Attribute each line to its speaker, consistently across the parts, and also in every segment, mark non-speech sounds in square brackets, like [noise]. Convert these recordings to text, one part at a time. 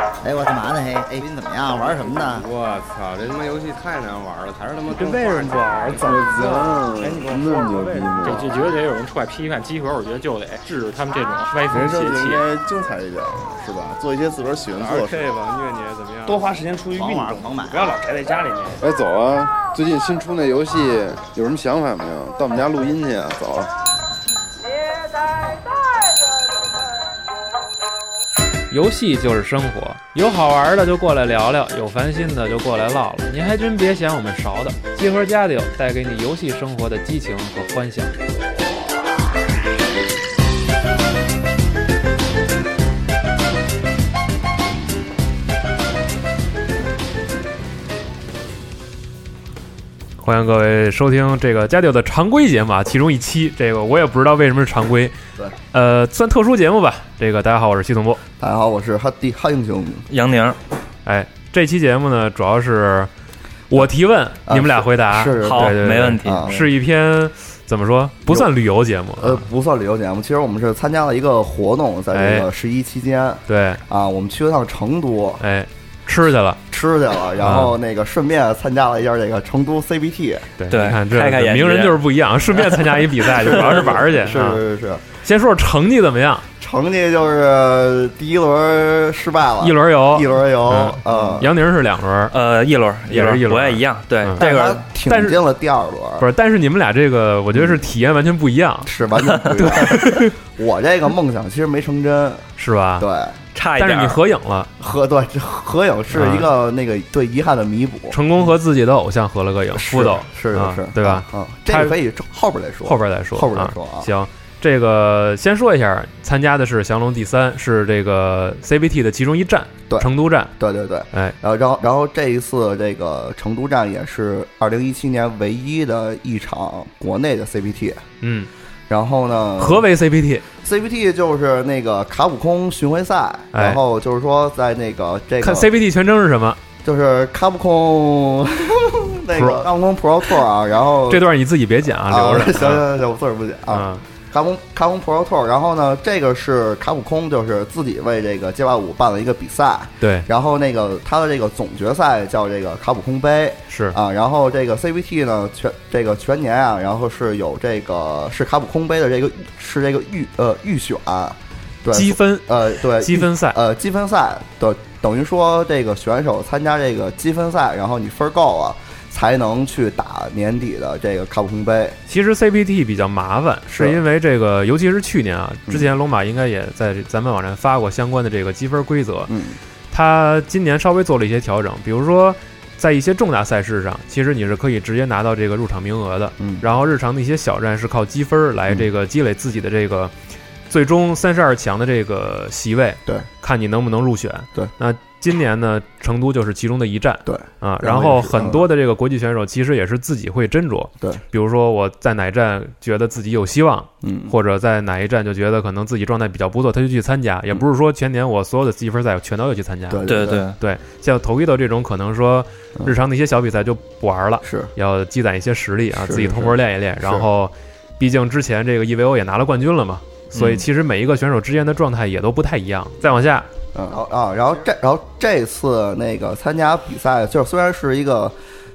Speaker 1: 嘿，哎，你怎么样？玩什么呢？
Speaker 2: 我操，这他妈游戏太难玩了，还是他妈
Speaker 3: 这为什么不玩？怎么怎么？哎，你跟
Speaker 4: 那
Speaker 3: 我
Speaker 4: 么
Speaker 3: 说
Speaker 4: 牛
Speaker 3: 说为
Speaker 4: 逼
Speaker 3: 什么？
Speaker 4: 吗？
Speaker 5: 啊这这绝对有人出来批判集合，我觉得就得制止他们这种歪风
Speaker 4: 人生
Speaker 5: 邪
Speaker 4: 就应
Speaker 5: 气。
Speaker 4: 该精彩一点，是吧？做一些自个儿喜欢做的事。
Speaker 3: 这吧，虐你怎么样？多花时间出去运
Speaker 1: 狂玩
Speaker 3: 动，
Speaker 1: 狂买
Speaker 3: 不要老宅在家里面。
Speaker 4: 哎，走啊！最近新出那游戏有什么想法没有？到我们家录音去啊！走啊。
Speaker 6: 游戏就是生活，有好玩的就过来聊聊，有烦心的就过来唠唠。您还真别嫌我们勺的，集合家里有带给你游戏生活的激情和欢笑。欢迎各位收听这个家里有的常规节目啊，其中一期，这个我也不知道为什么是常规，
Speaker 7: 对，
Speaker 6: 呃，算特殊节目吧。这个大家好，我是系统部。
Speaker 7: 大家好，我是哈迪哈英雄。
Speaker 3: 杨宁，
Speaker 6: 哎，这期节目呢，主要是我提问，你们俩回答，
Speaker 7: 啊是是
Speaker 6: 对对对
Speaker 3: 没问题
Speaker 7: 啊，
Speaker 6: 是一篇怎么说不算旅游节目，
Speaker 7: 呃，不算旅游节目，其实我们是参加了一个活动，在这个十一期间
Speaker 6: 对，
Speaker 7: 啊，我们去了趟成都
Speaker 6: 哎，吃去了，
Speaker 7: 吃去了，然后那个顺便参加了一下这个成都 CBT，
Speaker 6: 对，
Speaker 3: 对
Speaker 6: 你看
Speaker 3: 开
Speaker 6: 这
Speaker 3: 开眼界
Speaker 6: 名人就是不一样，顺便参加一比
Speaker 7: [laughs]
Speaker 6: 赛，就主要是玩儿去。
Speaker 7: 是
Speaker 6: 啊
Speaker 7: 是是是，
Speaker 6: 先说说成绩怎么样，
Speaker 7: 成绩就是第一轮失败了，
Speaker 6: 一轮游，
Speaker 7: 啊一轮游
Speaker 6: 嗯，
Speaker 7: 嗯，
Speaker 6: 杨宁是两轮，
Speaker 3: 呃，一轮
Speaker 6: 也是一轮
Speaker 3: 我也一样。对
Speaker 6: 嗯，
Speaker 3: 这
Speaker 7: 但是
Speaker 3: 个
Speaker 7: 他挺进了第二轮，
Speaker 6: 不是，但是你们俩这个我觉
Speaker 7: 嗯
Speaker 6: 得是体验完全不一样，
Speaker 7: 是完全不一样 [laughs] 我这个梦想其实没成真，
Speaker 6: 是吧？
Speaker 7: 对，
Speaker 3: 差一
Speaker 6: 但
Speaker 3: 点
Speaker 6: 是你
Speaker 3: 儿。
Speaker 6: 合影了，
Speaker 7: 合对这合影是一
Speaker 6: 啊
Speaker 7: 个那个对遗憾的弥补，
Speaker 6: 成功和自己的偶像合了个影，
Speaker 7: 是
Speaker 6: 副斗
Speaker 7: 是
Speaker 6: 啊
Speaker 7: 是是，
Speaker 6: 对吧？？
Speaker 7: 嗯，这个可以后边再说，
Speaker 6: 后边再说，
Speaker 7: 后边再说啊
Speaker 6: 行，这个先说一下，参加的是降龙第三，是这个 CBT 的其中一站，
Speaker 7: 对
Speaker 6: 成都站。
Speaker 7: 对对对，
Speaker 6: 哎，
Speaker 7: 然后然后然后这一次这个成都站也是二零一七年唯一的一场国内的 CPT，
Speaker 6: 嗯，
Speaker 7: 然后呢，
Speaker 6: 何为 CBT？
Speaker 7: CPT 就是那个卡普空巡回赛，
Speaker 6: 哎
Speaker 7: 然后就是说在那个这
Speaker 6: 看
Speaker 7: 个
Speaker 6: CBT 全称是什么？
Speaker 7: [laughs] 就是卡普空 [laughs] 那
Speaker 6: Pro
Speaker 7: 个卡普空 Pro Tour 啊，然后
Speaker 6: 这段你自己别剪啊，
Speaker 7: 啊
Speaker 6: 留着。
Speaker 7: 行行行，我自个儿不讲
Speaker 6: 啊
Speaker 7: 啊。卡普卡普空 Pro Tour，然后呢，这个是卡普空就是自己为这个街霸五办了一个比赛，
Speaker 6: 对，
Speaker 7: 然后那个它的这个总决赛叫这个卡普空杯
Speaker 6: 是
Speaker 7: 啊，然后这个 CBT 呢全这个全年啊，然后是有这个是卡普空杯的这个是这个预呃预选，对
Speaker 6: 积分
Speaker 7: 呃对
Speaker 6: 积分赛，
Speaker 7: 呃积分赛的等于说这个选手参加这个积分赛，然后你分儿够了才能去打年底的这个卡普空杯，
Speaker 6: 其实 CBT 比较麻烦，
Speaker 7: 是
Speaker 6: 是因为这个，尤其是去年啊，
Speaker 7: 嗯
Speaker 6: 之前龙马应该也在这咱们网站发过相关的这个积分规则，
Speaker 7: 嗯
Speaker 6: 它今年稍微做了一些调整，比如说在一些重大赛事上，其实你是可以直接拿到这个入场名额的，
Speaker 7: 嗯，
Speaker 6: 然后日常的一些小战是靠积分儿来
Speaker 7: 嗯
Speaker 6: 这个积累自己的这个最终三十二强的这个席位，
Speaker 7: 对，
Speaker 6: 看你能不能入选。
Speaker 7: 对，
Speaker 6: 那今年呢，成都就是其中的一站。
Speaker 7: 对
Speaker 6: 啊，
Speaker 7: 然
Speaker 6: 然
Speaker 7: 后
Speaker 6: 后
Speaker 7: 也是嗯
Speaker 6: 很多的这个国际选手其实也是自己会斟酌，
Speaker 7: 对，
Speaker 6: 比如说我在哪一站觉得自己有希望，
Speaker 7: 嗯
Speaker 6: 或者在哪一站就觉得可能自己状态比较不错，他就去参加，也不是说全年我所有的积分赛我全都要去参加。
Speaker 7: 对对
Speaker 3: 对对，
Speaker 6: 对，像头一的这种可能说
Speaker 7: 嗯
Speaker 6: 日常的一些小比赛就不玩了。
Speaker 7: 是。
Speaker 6: 要积攒一些实力啊，
Speaker 7: 是
Speaker 6: 自己
Speaker 7: 是
Speaker 6: 偷摸练一练。
Speaker 7: 是
Speaker 6: 然后，毕竟之前这个 EVO 也拿了冠军了嘛，所以
Speaker 7: 嗯
Speaker 6: 其实每一个选手之间的状态也都不太一样。再往下，
Speaker 7: 嗯，然后啊，然后这然后这次那个参加比赛，就是虽然是一个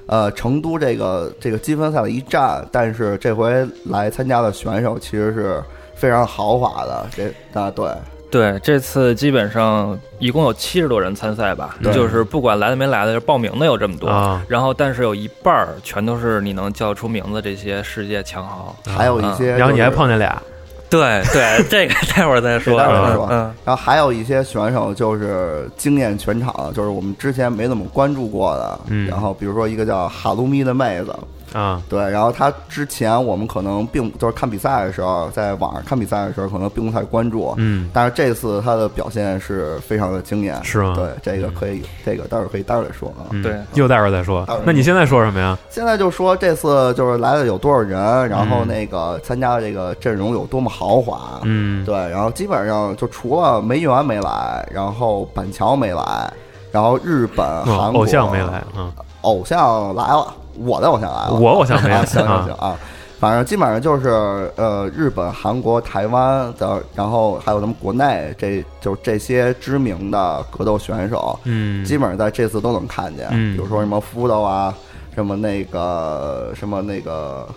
Speaker 7: 呃成都这个这个积分赛的一站，但是这回来参加的选手其实是非常豪华的。这啊对，
Speaker 6: 嗯
Speaker 3: 对，这次基本上一共有七十多人参赛吧，
Speaker 6: 对
Speaker 3: 就是不管来的没来的，报名的有这么多。
Speaker 6: 啊
Speaker 3: 然后，但是有一半儿全都是你能叫出名字这些世界强豪。
Speaker 7: 还有一些、
Speaker 6: 嗯然啊后你还，碰见俩，
Speaker 3: 对对，这 [laughs] 个待会儿再说。
Speaker 7: 待会
Speaker 6: 儿再
Speaker 7: 说
Speaker 3: 嗯，
Speaker 7: 然后还有一些选手就是惊艳全场，就是我们之前没怎么关注过的。
Speaker 6: 嗯
Speaker 7: 然后比如说一个叫哈鲁咪的妹子，
Speaker 6: 啊，
Speaker 7: 对，然后他之前我们可能并就是看比赛的时候，在网上看比赛的时候，可能并不太关注，
Speaker 6: 嗯，
Speaker 7: 但是这次他的表现是非常的惊艳，
Speaker 6: 是吗
Speaker 7: 对，这个可以，这个待会儿可以待会儿再说啊。
Speaker 6: 嗯
Speaker 3: 对
Speaker 6: 又待会儿再说
Speaker 7: 待会儿。
Speaker 6: 那你现在说什么呀？
Speaker 7: 现在就说这次就是来了有多少人，然后那个参加的这个阵容有多么豪华，
Speaker 6: 嗯，
Speaker 7: 对，然后基本上就除了梅园没来，然后板桥没来，然后日本、
Speaker 6: 哦
Speaker 7: 韩国
Speaker 6: 偶像没来，啊，
Speaker 7: 偶像来了，我的偶像来了，
Speaker 6: 我偶像没来
Speaker 7: [laughs] 啊，行行行
Speaker 6: 啊
Speaker 7: 啊。反正基本上就是呃，日本、韩国、台湾的，然后还有咱们国内，这就是这些知名的格斗选手，
Speaker 6: 嗯
Speaker 7: 基本上在这次都能看见。
Speaker 6: 嗯
Speaker 7: 比如说什么福斗啊，什么那个什么那个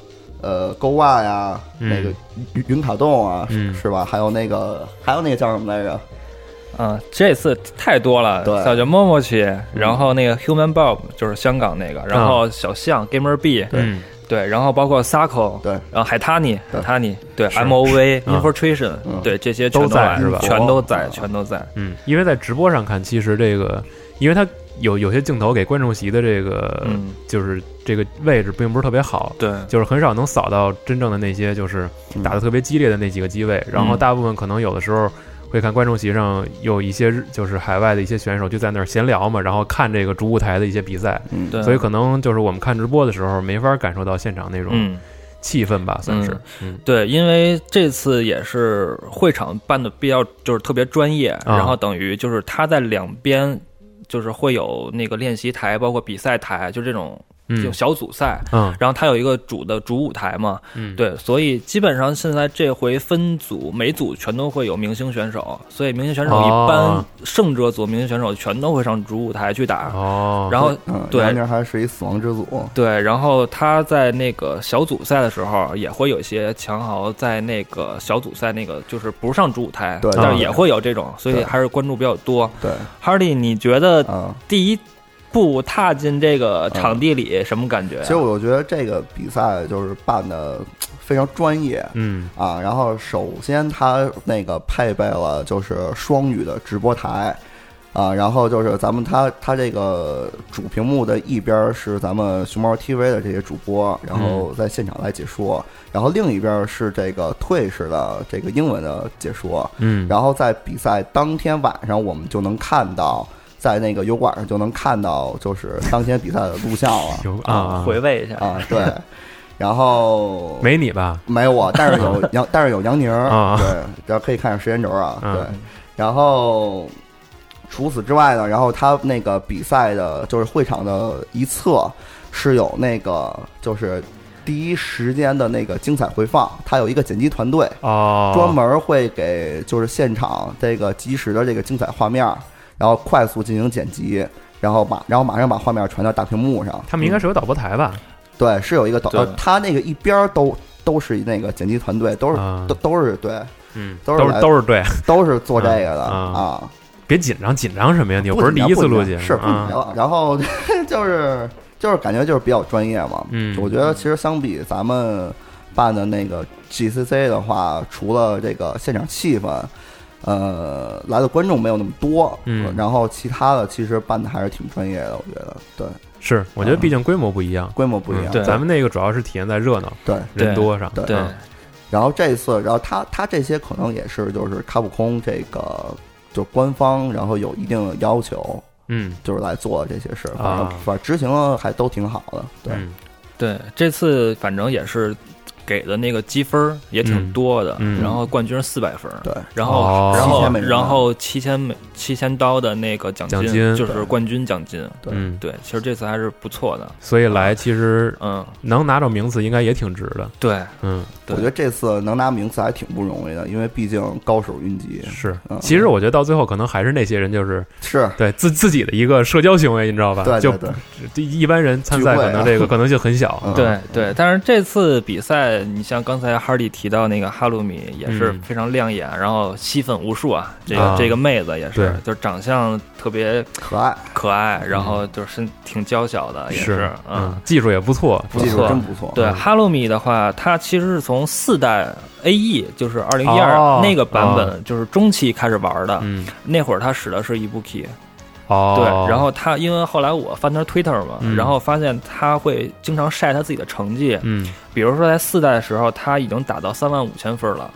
Speaker 7: 呃勾袜呀、
Speaker 6: 嗯
Speaker 7: 那个云云卡洞啊，
Speaker 6: 嗯
Speaker 7: 是吧？还有那个还有那个叫什么来着？
Speaker 3: 嗯，这次太多了，
Speaker 7: 对
Speaker 3: 小叫 Momo 奇，然后那个 Human Bob 就是香港那个，然后小象 Gamer B，
Speaker 6: 嗯
Speaker 3: 啊对，然后包括 Sako，
Speaker 7: 对
Speaker 3: 然后海滩尼，海
Speaker 7: 对
Speaker 3: 滩尼，对，MOV、
Speaker 6: 嗯
Speaker 3: Infiltration，
Speaker 7: 嗯
Speaker 3: 对，这些全
Speaker 6: 都在
Speaker 3: 来
Speaker 6: 是吧
Speaker 3: 全都在，
Speaker 7: 嗯
Speaker 3: 全都在。
Speaker 6: 嗯，因为在直播上看，其实这个，因为它有有些镜头给观众席的这个、
Speaker 3: 嗯，
Speaker 6: 就是这个位置并不是特别好，
Speaker 3: 对，
Speaker 6: 就是很少能扫到真正的那些就是
Speaker 7: 嗯
Speaker 6: 打得特别激烈的那几个机位，然后大部分可能有的时候会看观众席上有一些日就是海外的一些选手就在那儿闲聊嘛，然后看这个主舞台的一些比赛，
Speaker 7: 嗯，
Speaker 3: 对
Speaker 6: 所以可能就是我们看直播的时候没法感受到现场那种
Speaker 3: 嗯。
Speaker 6: 气氛吧，算是，嗯
Speaker 3: 对，因为这次也是会场办的比较就是特别专业，
Speaker 6: 啊
Speaker 3: 然后等于就是他在两边就是会有那个练习台，包括比赛台，就这种这
Speaker 6: 嗯
Speaker 3: 种小组赛。
Speaker 6: 嗯
Speaker 3: 然后他有一个主的主舞台嘛，
Speaker 6: 嗯，
Speaker 3: 对，所以基本上现在这回分组每组全都会有明星选手，所以明星选手一般
Speaker 6: 哦
Speaker 3: 胜者组明星选手全都会上主舞台去打，
Speaker 6: 哦，
Speaker 3: 然后
Speaker 7: 嗯，
Speaker 3: 对
Speaker 7: 杨宁还是一死亡之组，
Speaker 3: 对，然后他在那个小组赛的时候，也会有一些强豪在那个小组赛那个就是不上主舞台，
Speaker 7: 对
Speaker 3: 但
Speaker 6: 对
Speaker 3: 是也会有这种，所以
Speaker 7: 对
Speaker 3: 还是关注比较多。
Speaker 7: 对，
Speaker 3: 哈利，你觉得
Speaker 7: 啊。嗯
Speaker 3: 第一步踏进这个场地里什么感觉啊？
Speaker 7: 其实我觉得这个比赛就是办的非常专业
Speaker 6: 嗯
Speaker 7: 啊。然后首先它那个配备了就是双语的直播台啊，然后就是咱们它它这个主屏幕的一边是咱们熊猫 TV 的这些主播，然后在现场来解说，然后另一边是这个退式的这个英文的解说。
Speaker 6: 嗯，。
Speaker 7: 然后在比赛当天晚上，我们就能看到，在那个油管上就能看到，就是当天比赛的录像了
Speaker 6: 有啊，
Speaker 3: 回味一下，
Speaker 7: 啊，对，然后
Speaker 6: [laughs] 没你吧？
Speaker 7: 没我，但是
Speaker 6: [laughs]
Speaker 7: 有杨，但是有杨宁儿，
Speaker 6: 啊
Speaker 7: 对，然后可以看看时间轴啊，
Speaker 6: 嗯
Speaker 7: 对，然后除此之外呢，然后他那个比赛的就是会场的一侧是有那个就是第一时间的那个精彩回放，他有一个剪辑团队，
Speaker 6: 哦，
Speaker 7: 专门会给就是现场这个及时的这个精彩画面，然后快速进行剪辑。然后马，然后马上把画面传到大屏幕上。
Speaker 6: 他们应该是有导播台吧？
Speaker 7: 对，是有一个导，
Speaker 3: 对
Speaker 7: 呃他那个一边儿都都是那个剪辑团队，都是、
Speaker 6: 啊
Speaker 7: 都都是对，
Speaker 6: 嗯，
Speaker 7: 都
Speaker 6: 都
Speaker 7: 是
Speaker 6: 是
Speaker 7: 来
Speaker 6: 都是对，
Speaker 7: 都是做这个的
Speaker 6: 嗯嗯
Speaker 7: 啊。
Speaker 6: 别紧张，紧张什么呀？你又
Speaker 7: 不
Speaker 6: 是
Speaker 7: 紧
Speaker 6: 第
Speaker 7: 张
Speaker 6: 一
Speaker 7: 不
Speaker 6: 次
Speaker 7: 紧
Speaker 6: 录
Speaker 7: 张
Speaker 6: 节目，
Speaker 7: 是不紧
Speaker 6: 啊，
Speaker 7: 张。然后 [laughs] 就是就是感觉就是比较专业嘛。
Speaker 6: 嗯
Speaker 7: 我觉得其实相比咱们办的那个 GCC 的话，除了这个现场气氛。呃，来的观众没有那么多，
Speaker 6: 嗯
Speaker 7: 然后其他的其实办的还是挺专业的，我觉得，对，
Speaker 6: 是，我觉得毕竟规模不一样，
Speaker 7: 规模不一样，
Speaker 6: 嗯
Speaker 3: 对
Speaker 6: 咱们那个主要是体现在热闹
Speaker 7: 对，
Speaker 3: 对
Speaker 6: 人多上，
Speaker 7: 对
Speaker 3: 对，
Speaker 6: 嗯
Speaker 7: 然后这次，然后他他这些可能也是就是卡普空这个就官方，然后有一定的要求，
Speaker 6: 嗯
Speaker 7: 就是来做这些事，反正
Speaker 6: 啊
Speaker 7: 反正执行了还都挺好的，对，
Speaker 6: 嗯
Speaker 3: 对，这次反正也是给的那个积分儿也挺多的，
Speaker 6: 嗯嗯
Speaker 3: 然后冠军四百分儿，
Speaker 7: 对
Speaker 3: 然后、
Speaker 6: 哦
Speaker 3: 然
Speaker 7: 7000
Speaker 3: 后
Speaker 7: 美元
Speaker 3: 然后七千美七千刀的那个奖金
Speaker 6: 奖金
Speaker 3: 就是
Speaker 7: 对
Speaker 3: 冠军奖金，
Speaker 7: 对
Speaker 6: 嗯，
Speaker 3: 对，其实这次还是不错的，
Speaker 6: 所以来其实
Speaker 3: 嗯，
Speaker 6: 能拿着名次，应该也挺值的，
Speaker 3: 对，
Speaker 6: 嗯，
Speaker 3: 对
Speaker 7: 我觉得这次能拿名次还挺不容易的，因为毕竟高手云集，
Speaker 6: 是
Speaker 7: 嗯。
Speaker 6: 其实我觉得到最后，可能还是那些人就是
Speaker 7: 是
Speaker 6: 对自自己的一个社交行为，你知道吧？
Speaker 7: 对
Speaker 6: 啊就
Speaker 7: 对对，嗯
Speaker 6: 就一般人参赛
Speaker 7: 聚会
Speaker 6: 可
Speaker 7: 啊
Speaker 6: 能这个可能性很小，
Speaker 7: 嗯
Speaker 3: 对对，但是这次比赛，你像刚才哈利提到那个哈鲁米也是
Speaker 6: 嗯
Speaker 3: 非常亮眼，然后吸粉无数啊，这个、
Speaker 6: 啊
Speaker 3: 这个妹子也是
Speaker 6: 对，
Speaker 3: 就是长相特别
Speaker 7: 可爱，
Speaker 3: 可爱，然后就是挺娇小的，也
Speaker 6: 是
Speaker 3: 嗯
Speaker 6: 嗯，技术也不错，
Speaker 3: 不
Speaker 7: 技术
Speaker 3: 错
Speaker 7: 真不错，
Speaker 3: 对
Speaker 6: 嗯
Speaker 3: 哈鲁米的话，它其实是从四代 AE，就是二零一
Speaker 6: 哦
Speaker 3: 二那个版
Speaker 6: 哦
Speaker 3: 本，就是中期开始玩的。
Speaker 6: 嗯，
Speaker 3: 那会儿它使的是 Ibuki，
Speaker 6: 哦，
Speaker 3: 对。然后它因为后来我翻他 Twitter 嘛
Speaker 6: 嗯，
Speaker 3: 然后发现他会经常晒他自己的成绩，
Speaker 6: 嗯，
Speaker 3: 比如说在四代的时候，他已经打到三万五千分了。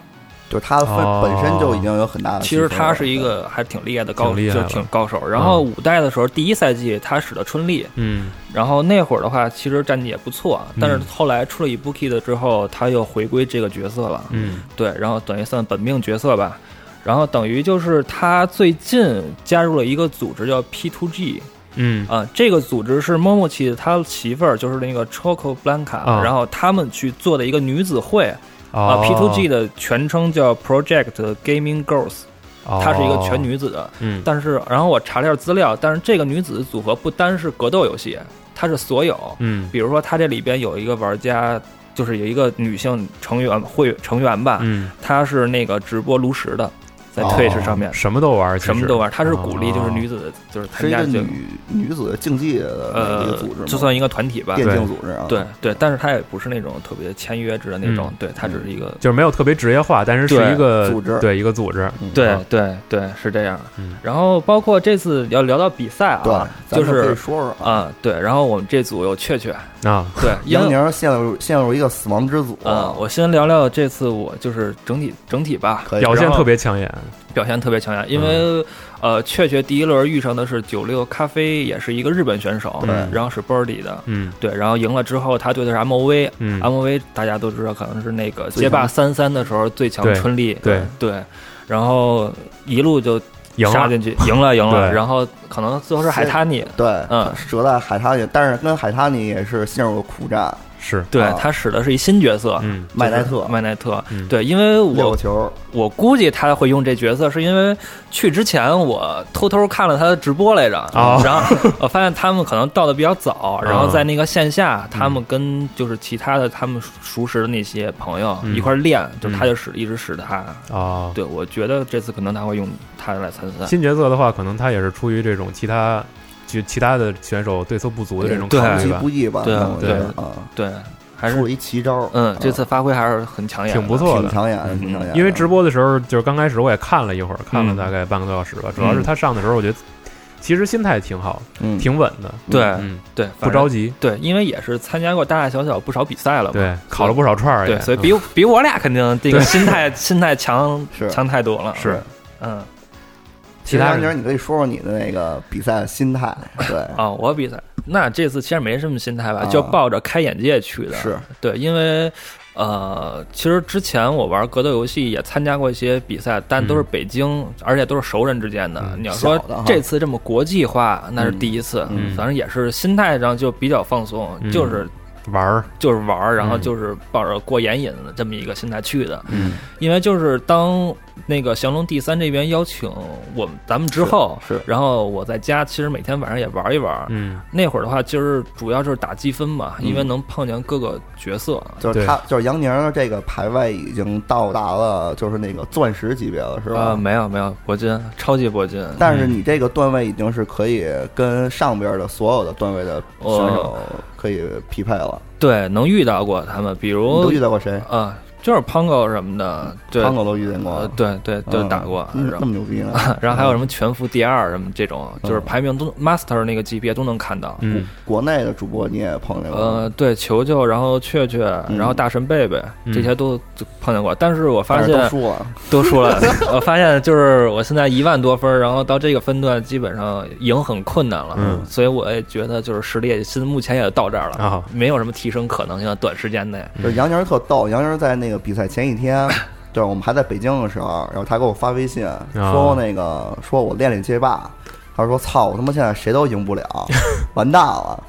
Speaker 7: 就是他分
Speaker 6: 哦
Speaker 7: 本身就已经有很
Speaker 6: 啊
Speaker 7: 大的提
Speaker 3: 其
Speaker 7: 升
Speaker 3: 实
Speaker 7: 了，
Speaker 3: 他是一个还挺厉害的
Speaker 6: 嗯
Speaker 3: 高，
Speaker 6: 挺厉害嗯
Speaker 3: 就
Speaker 6: 了
Speaker 3: 挺高手。然后五代的时候，第一赛季他使的春丽，
Speaker 6: 嗯，
Speaker 3: 然后那会儿的话，其实战绩也不错，但是
Speaker 6: 嗯
Speaker 3: 后来出了 Ibuki 的之后，他又回归这个角色了。
Speaker 6: 嗯，
Speaker 3: 对，然后等于算本命角色吧。然后等于就是他最近加入了一个组织叫 P2G，
Speaker 6: 嗯，嗯
Speaker 3: 呃，这个组织是 Momochi 他媳妇儿，就是那个 Choco Blanca，、
Speaker 6: 啊
Speaker 3: 然后他们去做的一个女子会啊、
Speaker 6: 啊
Speaker 3: p to g 的全称叫 Project Gaming Girls，它是一个全，
Speaker 6: 哦
Speaker 3: 女子的。
Speaker 6: 嗯
Speaker 3: 但是，然后我查了一下资料，但是这个女子组合不单是格斗游戏，它是所有，
Speaker 6: 嗯
Speaker 3: 比如说它这里边有一个玩家，就是有一个女性成员会成员吧，
Speaker 6: 嗯，
Speaker 3: 她是那个直播炉石的，在
Speaker 6: 哦
Speaker 3: Twitch 上面。
Speaker 6: 什么都玩，其实
Speaker 3: 什么都玩，她是鼓励就是女
Speaker 6: 哦
Speaker 3: 子就是参
Speaker 7: 是一
Speaker 3: 加
Speaker 7: 个
Speaker 3: 这
Speaker 7: 女女子竞技的那个
Speaker 3: 呃
Speaker 7: 组织，吗？
Speaker 3: 就算一个团体吧。
Speaker 7: 电
Speaker 6: 对
Speaker 7: 竞组织啊。
Speaker 3: 对对，但是它也不是那种特别签约制的那种
Speaker 6: 嗯，
Speaker 3: 对，它只是一个，
Speaker 6: 就是没有特别职业化，但是是
Speaker 3: 对
Speaker 6: 一个
Speaker 7: 组织
Speaker 6: 对一个组织，
Speaker 3: 对
Speaker 7: 嗯
Speaker 6: 啊
Speaker 3: 对对，是这样
Speaker 6: 嗯。
Speaker 3: 然后包括这次要聊到比赛
Speaker 7: 对
Speaker 3: 啊，，
Speaker 7: 咱
Speaker 3: 就
Speaker 7: 们可以
Speaker 3: 是
Speaker 7: 说说啊。
Speaker 3: 啊对，然后我们这组有雀雀，
Speaker 6: 啊，
Speaker 7: [laughs]
Speaker 3: 对，因
Speaker 7: 杨
Speaker 3: 为
Speaker 7: 宁陷入陷入一个死亡之组
Speaker 3: 啊，我先聊聊这次我就是整体整体吧，
Speaker 7: 可以
Speaker 6: 表现特别抢眼，
Speaker 3: 表现特别抢眼，因为呃，雀雀第一轮遇上的是九六咖啡，也是一个日本选手
Speaker 6: 嗯，
Speaker 3: 然后是 Birdy 的，
Speaker 6: 嗯
Speaker 3: 对，然后赢了之后，他对的是 MOV。
Speaker 6: 嗯
Speaker 3: MOV 大家都知道，可能是那个街霸三三的时候最强
Speaker 6: 对
Speaker 3: 春丽，
Speaker 6: 对
Speaker 3: 对，然后一路就
Speaker 6: 赢
Speaker 3: 杀
Speaker 6: 了，
Speaker 3: 进去，赢了赢了，
Speaker 6: 对
Speaker 3: 然后可能最后是海滩尼，
Speaker 7: 对，
Speaker 3: 嗯
Speaker 7: 折在海滩里，但是跟海滩里也是陷入了苦战，
Speaker 6: 是，
Speaker 3: 对
Speaker 7: 啊
Speaker 3: 他使的是一新角色，
Speaker 6: 嗯
Speaker 7: 麦奈特
Speaker 3: 麦奈特
Speaker 6: 嗯，
Speaker 3: 对，因为
Speaker 7: 六
Speaker 3: 我
Speaker 7: 个球，
Speaker 3: 我估计他会用这角色，是因为去之前我偷偷看了他的直播来着，
Speaker 6: 哦
Speaker 3: 然后我发现他们可能到的比较早，然后在那个线下，他们跟就是其他的他们熟识的那些朋友
Speaker 6: 嗯
Speaker 3: 一块儿练，就
Speaker 6: 嗯
Speaker 3: 他就使一直使他。
Speaker 6: 啊。
Speaker 3: 对，我觉得这次可能他会用他来参赛。
Speaker 6: 新角色的话，可能他也是出于这种其他就其他的选手对策不足的这种
Speaker 3: 对
Speaker 6: 考
Speaker 7: 出
Speaker 6: 虑
Speaker 7: 其
Speaker 6: 吧
Speaker 7: 不，意吧，
Speaker 3: 对
Speaker 7: 我觉得
Speaker 6: 对
Speaker 7: 啊，
Speaker 3: 对，还
Speaker 7: 出
Speaker 3: 是
Speaker 7: 了一奇招，
Speaker 3: 嗯
Speaker 7: 啊，
Speaker 3: 这次发挥还是很抢眼的，
Speaker 6: 挺不错
Speaker 7: 挺
Speaker 6: 的。
Speaker 7: 抢眼的，
Speaker 3: 嗯
Speaker 7: 挺抢眼的，
Speaker 6: 因为直播的时候，就是刚开始我也看了一会儿，看了大概半个多小时
Speaker 3: 嗯
Speaker 6: 吧。主要是他上的时候，我觉得其实心态挺好，
Speaker 7: 嗯
Speaker 6: 挺稳的，
Speaker 3: 对
Speaker 6: 嗯，
Speaker 3: 对，
Speaker 6: 不
Speaker 3: 反正
Speaker 6: 着急，
Speaker 3: 对，因为也是参加过大大小小不少比赛了嘛。
Speaker 6: 对，嗯烤了不少串儿也，
Speaker 3: 对，所以比我比我俩肯定这个心态心态强
Speaker 7: 是
Speaker 3: 强太多了。
Speaker 6: [laughs] 是
Speaker 3: 嗯
Speaker 7: 其
Speaker 6: 其
Speaker 7: 实
Speaker 6: 他
Speaker 7: 杨宁，
Speaker 6: 人
Speaker 7: 你可以说说你的那个比赛心态，对，
Speaker 3: 啊，我比赛那这次其实没什么心态吧，
Speaker 7: 啊
Speaker 3: 就抱着开眼界去的。
Speaker 7: 是
Speaker 3: 对，因为呃，其实之前我玩格斗游戏也参加过一些比赛，但都是北京，而且都是熟人之间的。
Speaker 6: 嗯
Speaker 3: 你要说
Speaker 7: 嗯小的哈
Speaker 3: 这次这么国际化，那是第一次，
Speaker 6: 嗯
Speaker 3: 反正也是心态上就比较放松，
Speaker 6: 嗯
Speaker 3: 就是
Speaker 6: 玩儿，
Speaker 3: 就是玩儿，然后
Speaker 6: 嗯
Speaker 3: 就是抱着过眼瘾的这么一个心态去的。嗯，因为就是当那个降龙第三这边邀请我们咱们之后，
Speaker 7: 是是
Speaker 3: 然后我在家其实每天晚上也玩一玩。
Speaker 6: 嗯
Speaker 3: 那会儿的话，就是主要就是打积分嘛，
Speaker 7: 嗯
Speaker 3: 因为能碰见各个角色。
Speaker 7: 就是他，就是杨宁这个排位已经到达了，就是那个钻石级别了，是
Speaker 3: 啊，
Speaker 7: 吧？
Speaker 6: 嗯
Speaker 7: 嗯
Speaker 3: 没有没有，铂金，超级铂金。
Speaker 7: 但是你这个段位已经是可以跟上边的所有的段位的选手
Speaker 6: 哦
Speaker 7: 可以匹配了。
Speaker 3: 对，能遇到过他们，比
Speaker 7: 你
Speaker 3: 如
Speaker 7: 都遇到过谁？
Speaker 3: 啊，就是 Pongo 什么的，对，
Speaker 7: 胖狗都遇见
Speaker 3: 呃
Speaker 7: 过，
Speaker 3: 对对，都
Speaker 7: 嗯
Speaker 3: 打过。
Speaker 7: 嗯
Speaker 3: 然后
Speaker 7: 那么牛逼呢？
Speaker 3: [laughs] 然后还有什么全服第二什么这种，就是
Speaker 7: 嗯
Speaker 3: 排名都 master 那个级别都能看到。
Speaker 6: 嗯
Speaker 7: 国内的主播你也碰见过？
Speaker 3: 呃，对，球球，然后雀雀，然后大神贝贝，
Speaker 6: 嗯
Speaker 3: 这些都就碰见过。但是我发
Speaker 7: 但是
Speaker 3: 现
Speaker 7: 都输了，
Speaker 3: 都输了， [laughs] 我发现就是我现在一万多分儿，然后到这个分段基本上赢很困难了。
Speaker 6: 嗯
Speaker 3: 所以我也觉得就是实力也现目前也到这儿了，
Speaker 6: 啊
Speaker 3: 没有什么提升可能性了，短时间内。
Speaker 7: 就是杨宁特逗，杨宁在那个比赛前一天。
Speaker 3: [laughs]
Speaker 7: 对，我们还在北京的时候，然后他给我发微信说那个说我练练街霸，他说操，我他妈现在谁都赢不了，
Speaker 3: [laughs]
Speaker 7: 完蛋了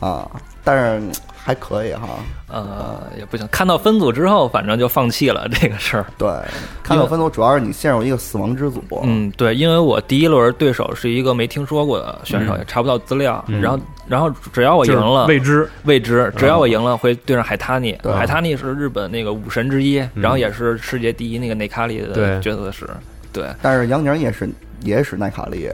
Speaker 7: 啊！但是嗯还可以哈，
Speaker 3: 呃，也不行，看到分组之后，反正就放弃了这个事儿。
Speaker 7: 对，看到分组主要是你陷入一个死亡之组，
Speaker 3: 嗯，对，因为我第一轮对手是一个没听说过的选手，
Speaker 6: 嗯
Speaker 3: 也查不到资料。
Speaker 6: 嗯
Speaker 3: 然后，然后只要我赢
Speaker 6: 就是
Speaker 3: 了，
Speaker 6: 未嗯知，
Speaker 3: 未知，只要我赢了，会对上海滩尼。海滩尼是日本那个武神之一，
Speaker 6: 嗯
Speaker 3: 然后也是世界第一那个内卡里的
Speaker 6: 对
Speaker 3: 角色是。对
Speaker 7: 但是杨宁也是也使耐卡利，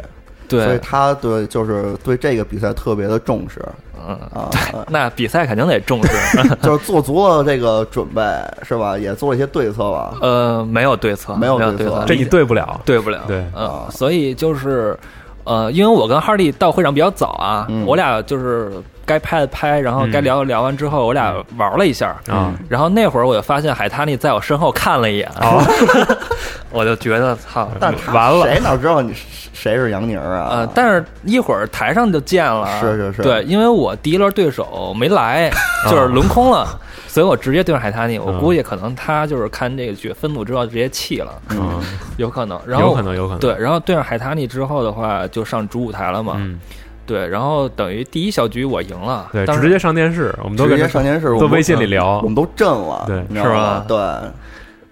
Speaker 7: 所以
Speaker 3: 对，
Speaker 7: 他对就是对这个比赛特别的重视
Speaker 3: 嗯， [laughs]
Speaker 7: 啊，
Speaker 3: 那比赛肯定得重视。
Speaker 7: 就是做足了这个准备是吧？也做了一些对策吧，
Speaker 3: 呃，没有对策，
Speaker 7: 没
Speaker 3: 没
Speaker 7: 有对
Speaker 3: 对
Speaker 7: 策
Speaker 6: 这你对不了，
Speaker 3: 对不了。
Speaker 6: 对
Speaker 3: 呃，所以就是，呃，因为我跟哈利到会场比较早啊，
Speaker 7: 嗯
Speaker 3: 我俩就是该拍的拍，然后该聊的聊完之后，我俩
Speaker 7: 嗯
Speaker 3: 玩了一下
Speaker 6: 啊。
Speaker 3: 然后那会儿我就发现海滩尼在我身后看了一眼， [laughs] 我就觉得操，
Speaker 7: 哦但他
Speaker 6: 完了
Speaker 7: 谁哪知道你是谁是杨宁啊？
Speaker 3: 呃，但是一会儿台上就见了，
Speaker 7: 是是是
Speaker 3: 对，因为我第一轮对手
Speaker 6: [laughs]
Speaker 3: 没来， [laughs]
Speaker 6: 啊
Speaker 3: 就是轮空了，所以我直接对上海滩尼，我
Speaker 6: 嗯
Speaker 3: 估计可能他就是看这个决分组之后直接弃
Speaker 6: [laughs]
Speaker 3: 了，
Speaker 6: 嗯，
Speaker 3: 有可能，然后
Speaker 6: 有可能，有可能，
Speaker 3: 对，然后对上海滩尼之后的话，就上主舞台了嘛，
Speaker 6: 嗯
Speaker 3: 对，然后等于第一小局我赢了，
Speaker 6: 对，
Speaker 3: 当时
Speaker 6: 直接上电视，我们都
Speaker 7: 直
Speaker 6: 跟
Speaker 7: 接
Speaker 6: 他
Speaker 7: 上电视，我
Speaker 6: 在
Speaker 7: 们都
Speaker 6: 微信里聊
Speaker 7: 我，们都震了，
Speaker 6: 对
Speaker 7: 你知道吗？
Speaker 3: 是
Speaker 7: 对，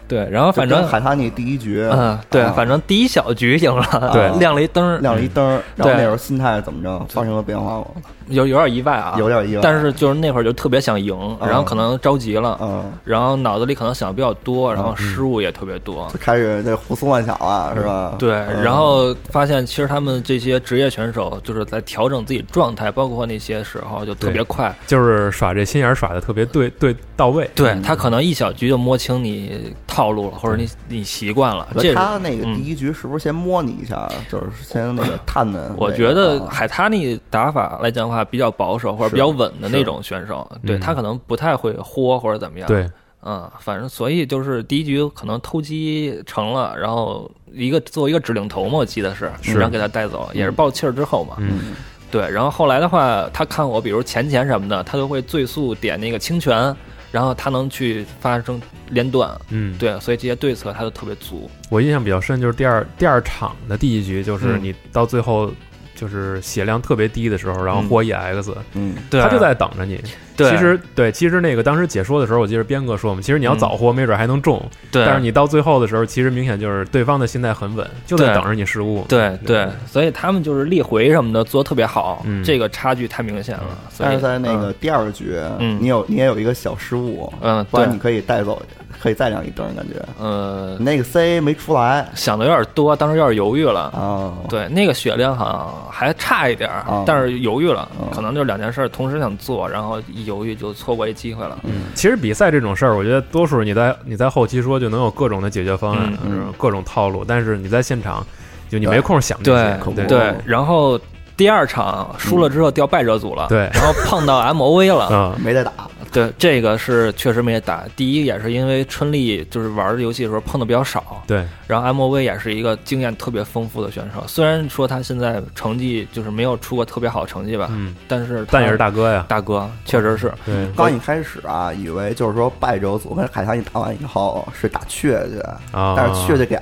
Speaker 3: 对，然后反
Speaker 7: 就
Speaker 3: 正
Speaker 7: 跟海滩尼第一局，
Speaker 3: 嗯，对
Speaker 7: 啊，
Speaker 3: 反正第一小局赢了，啊
Speaker 6: 对
Speaker 3: 亮了一灯，
Speaker 7: 亮了一灯儿，然后
Speaker 3: 对
Speaker 7: 那时候心态怎么着发生了变化吗？
Speaker 3: 有有点意外啊，
Speaker 7: 有点意外啊
Speaker 3: 但是就是那会儿就特别想赢，然后可能着急了，
Speaker 7: 嗯，
Speaker 3: 然后脑子里可能想的比较多，然
Speaker 6: 嗯
Speaker 3: 后失误也特别多。
Speaker 7: 就开始那胡思乱想了，是吧？
Speaker 3: 对，
Speaker 7: 嗯
Speaker 3: 然后发现其实他们这些职业选手就是在调整自己状态，包括那些时候就特别
Speaker 6: 对
Speaker 3: 快。
Speaker 6: 就是耍这心眼儿耍的特别对对到位，
Speaker 3: 对嗯他可能一小局就摸清你套路了，或者你你习惯了。这是
Speaker 7: 他那个
Speaker 3: 嗯
Speaker 7: 第一局是不是先摸你一下，就是先那个探探那个？
Speaker 3: 我觉得
Speaker 7: 啊
Speaker 3: 海他那打法来讲的话，比较保守或者比较稳的那种选手，对
Speaker 6: 嗯
Speaker 3: 他可能不太会豁或者怎么样。，
Speaker 6: 对，
Speaker 3: 嗯，反正所以就是第一局可能偷鸡成了，然后一个做一个指令头嘛，我记得是，
Speaker 6: 是
Speaker 3: 然后给他带走，也是爆气儿之后嘛。
Speaker 6: 嗯，
Speaker 3: 对，然后后来的话，他看我比如前前什么的，他就会最速点那个清泉，然后他能去发生连段。
Speaker 6: 嗯，
Speaker 3: 对，所以这些对策他都特别足。
Speaker 6: 我印象比较深就是第二第二场的第一局，就是你到最后就是血量特别低的时候，然后豁 EX，
Speaker 7: 嗯，
Speaker 3: 对啊
Speaker 6: 他就在等着你。
Speaker 3: 对
Speaker 6: 其实对，其实那个当时解说的时候，我记得边哥说嘛，其实你要早豁，没准还能中，
Speaker 3: 对，
Speaker 6: 但是你到最后的时候，其实明显就是对方的心态很稳，就在
Speaker 3: 对
Speaker 6: 等着你失误。
Speaker 3: 对对，所以他们就是力回什么的做得特别好，
Speaker 6: 嗯
Speaker 3: 这个差距太明显了。所
Speaker 7: 但
Speaker 3: 以
Speaker 7: 是在那个第二局，
Speaker 3: 嗯
Speaker 7: 你有你也有一个小失误，
Speaker 3: 嗯，
Speaker 7: 不然你
Speaker 3: 对，
Speaker 7: 可以带走，可以再亮一灯，感觉
Speaker 3: 呃，
Speaker 7: 那个 C 没出来
Speaker 3: 想的有点多，当时有点犹豫了。
Speaker 7: 啊，
Speaker 3: 对，那个血量好像还差一点儿，
Speaker 7: 啊
Speaker 3: 但是犹豫了，
Speaker 7: 嗯
Speaker 3: 可能就两件事儿同时想做，然后一犹豫就错过一机
Speaker 7: 哦
Speaker 3: 会了。
Speaker 6: 其实比赛这种事儿，我觉得多数你在你在后期说就能有各种的解决方案，
Speaker 7: 嗯
Speaker 6: 是吧
Speaker 7: 嗯
Speaker 6: 各种套路，但是你在现场就你
Speaker 7: 对
Speaker 6: 没空想这
Speaker 3: 对
Speaker 7: 对
Speaker 6: 些。
Speaker 3: 对，然后第二场输了之后掉败者组了，
Speaker 6: 对
Speaker 3: 然后碰到 MOV 了，
Speaker 6: 啊，
Speaker 7: 没再打，
Speaker 3: 对，这个是确实没打。第一也是因为春丽就是玩游戏的时候碰的比较少，
Speaker 6: 对，
Speaker 3: 然后 MOV 也是一个经验特别丰富的选手，虽然说他现在成绩就是没有出过特别好成绩吧，
Speaker 6: 嗯，
Speaker 3: 但是他
Speaker 6: 但也是大哥呀，嗯
Speaker 3: 大哥，确实是
Speaker 6: 对，
Speaker 7: 刚一开始啊，以为就是说败者组跟海棠一打完以后是打雀去，
Speaker 6: 啊，
Speaker 7: 但是雀去给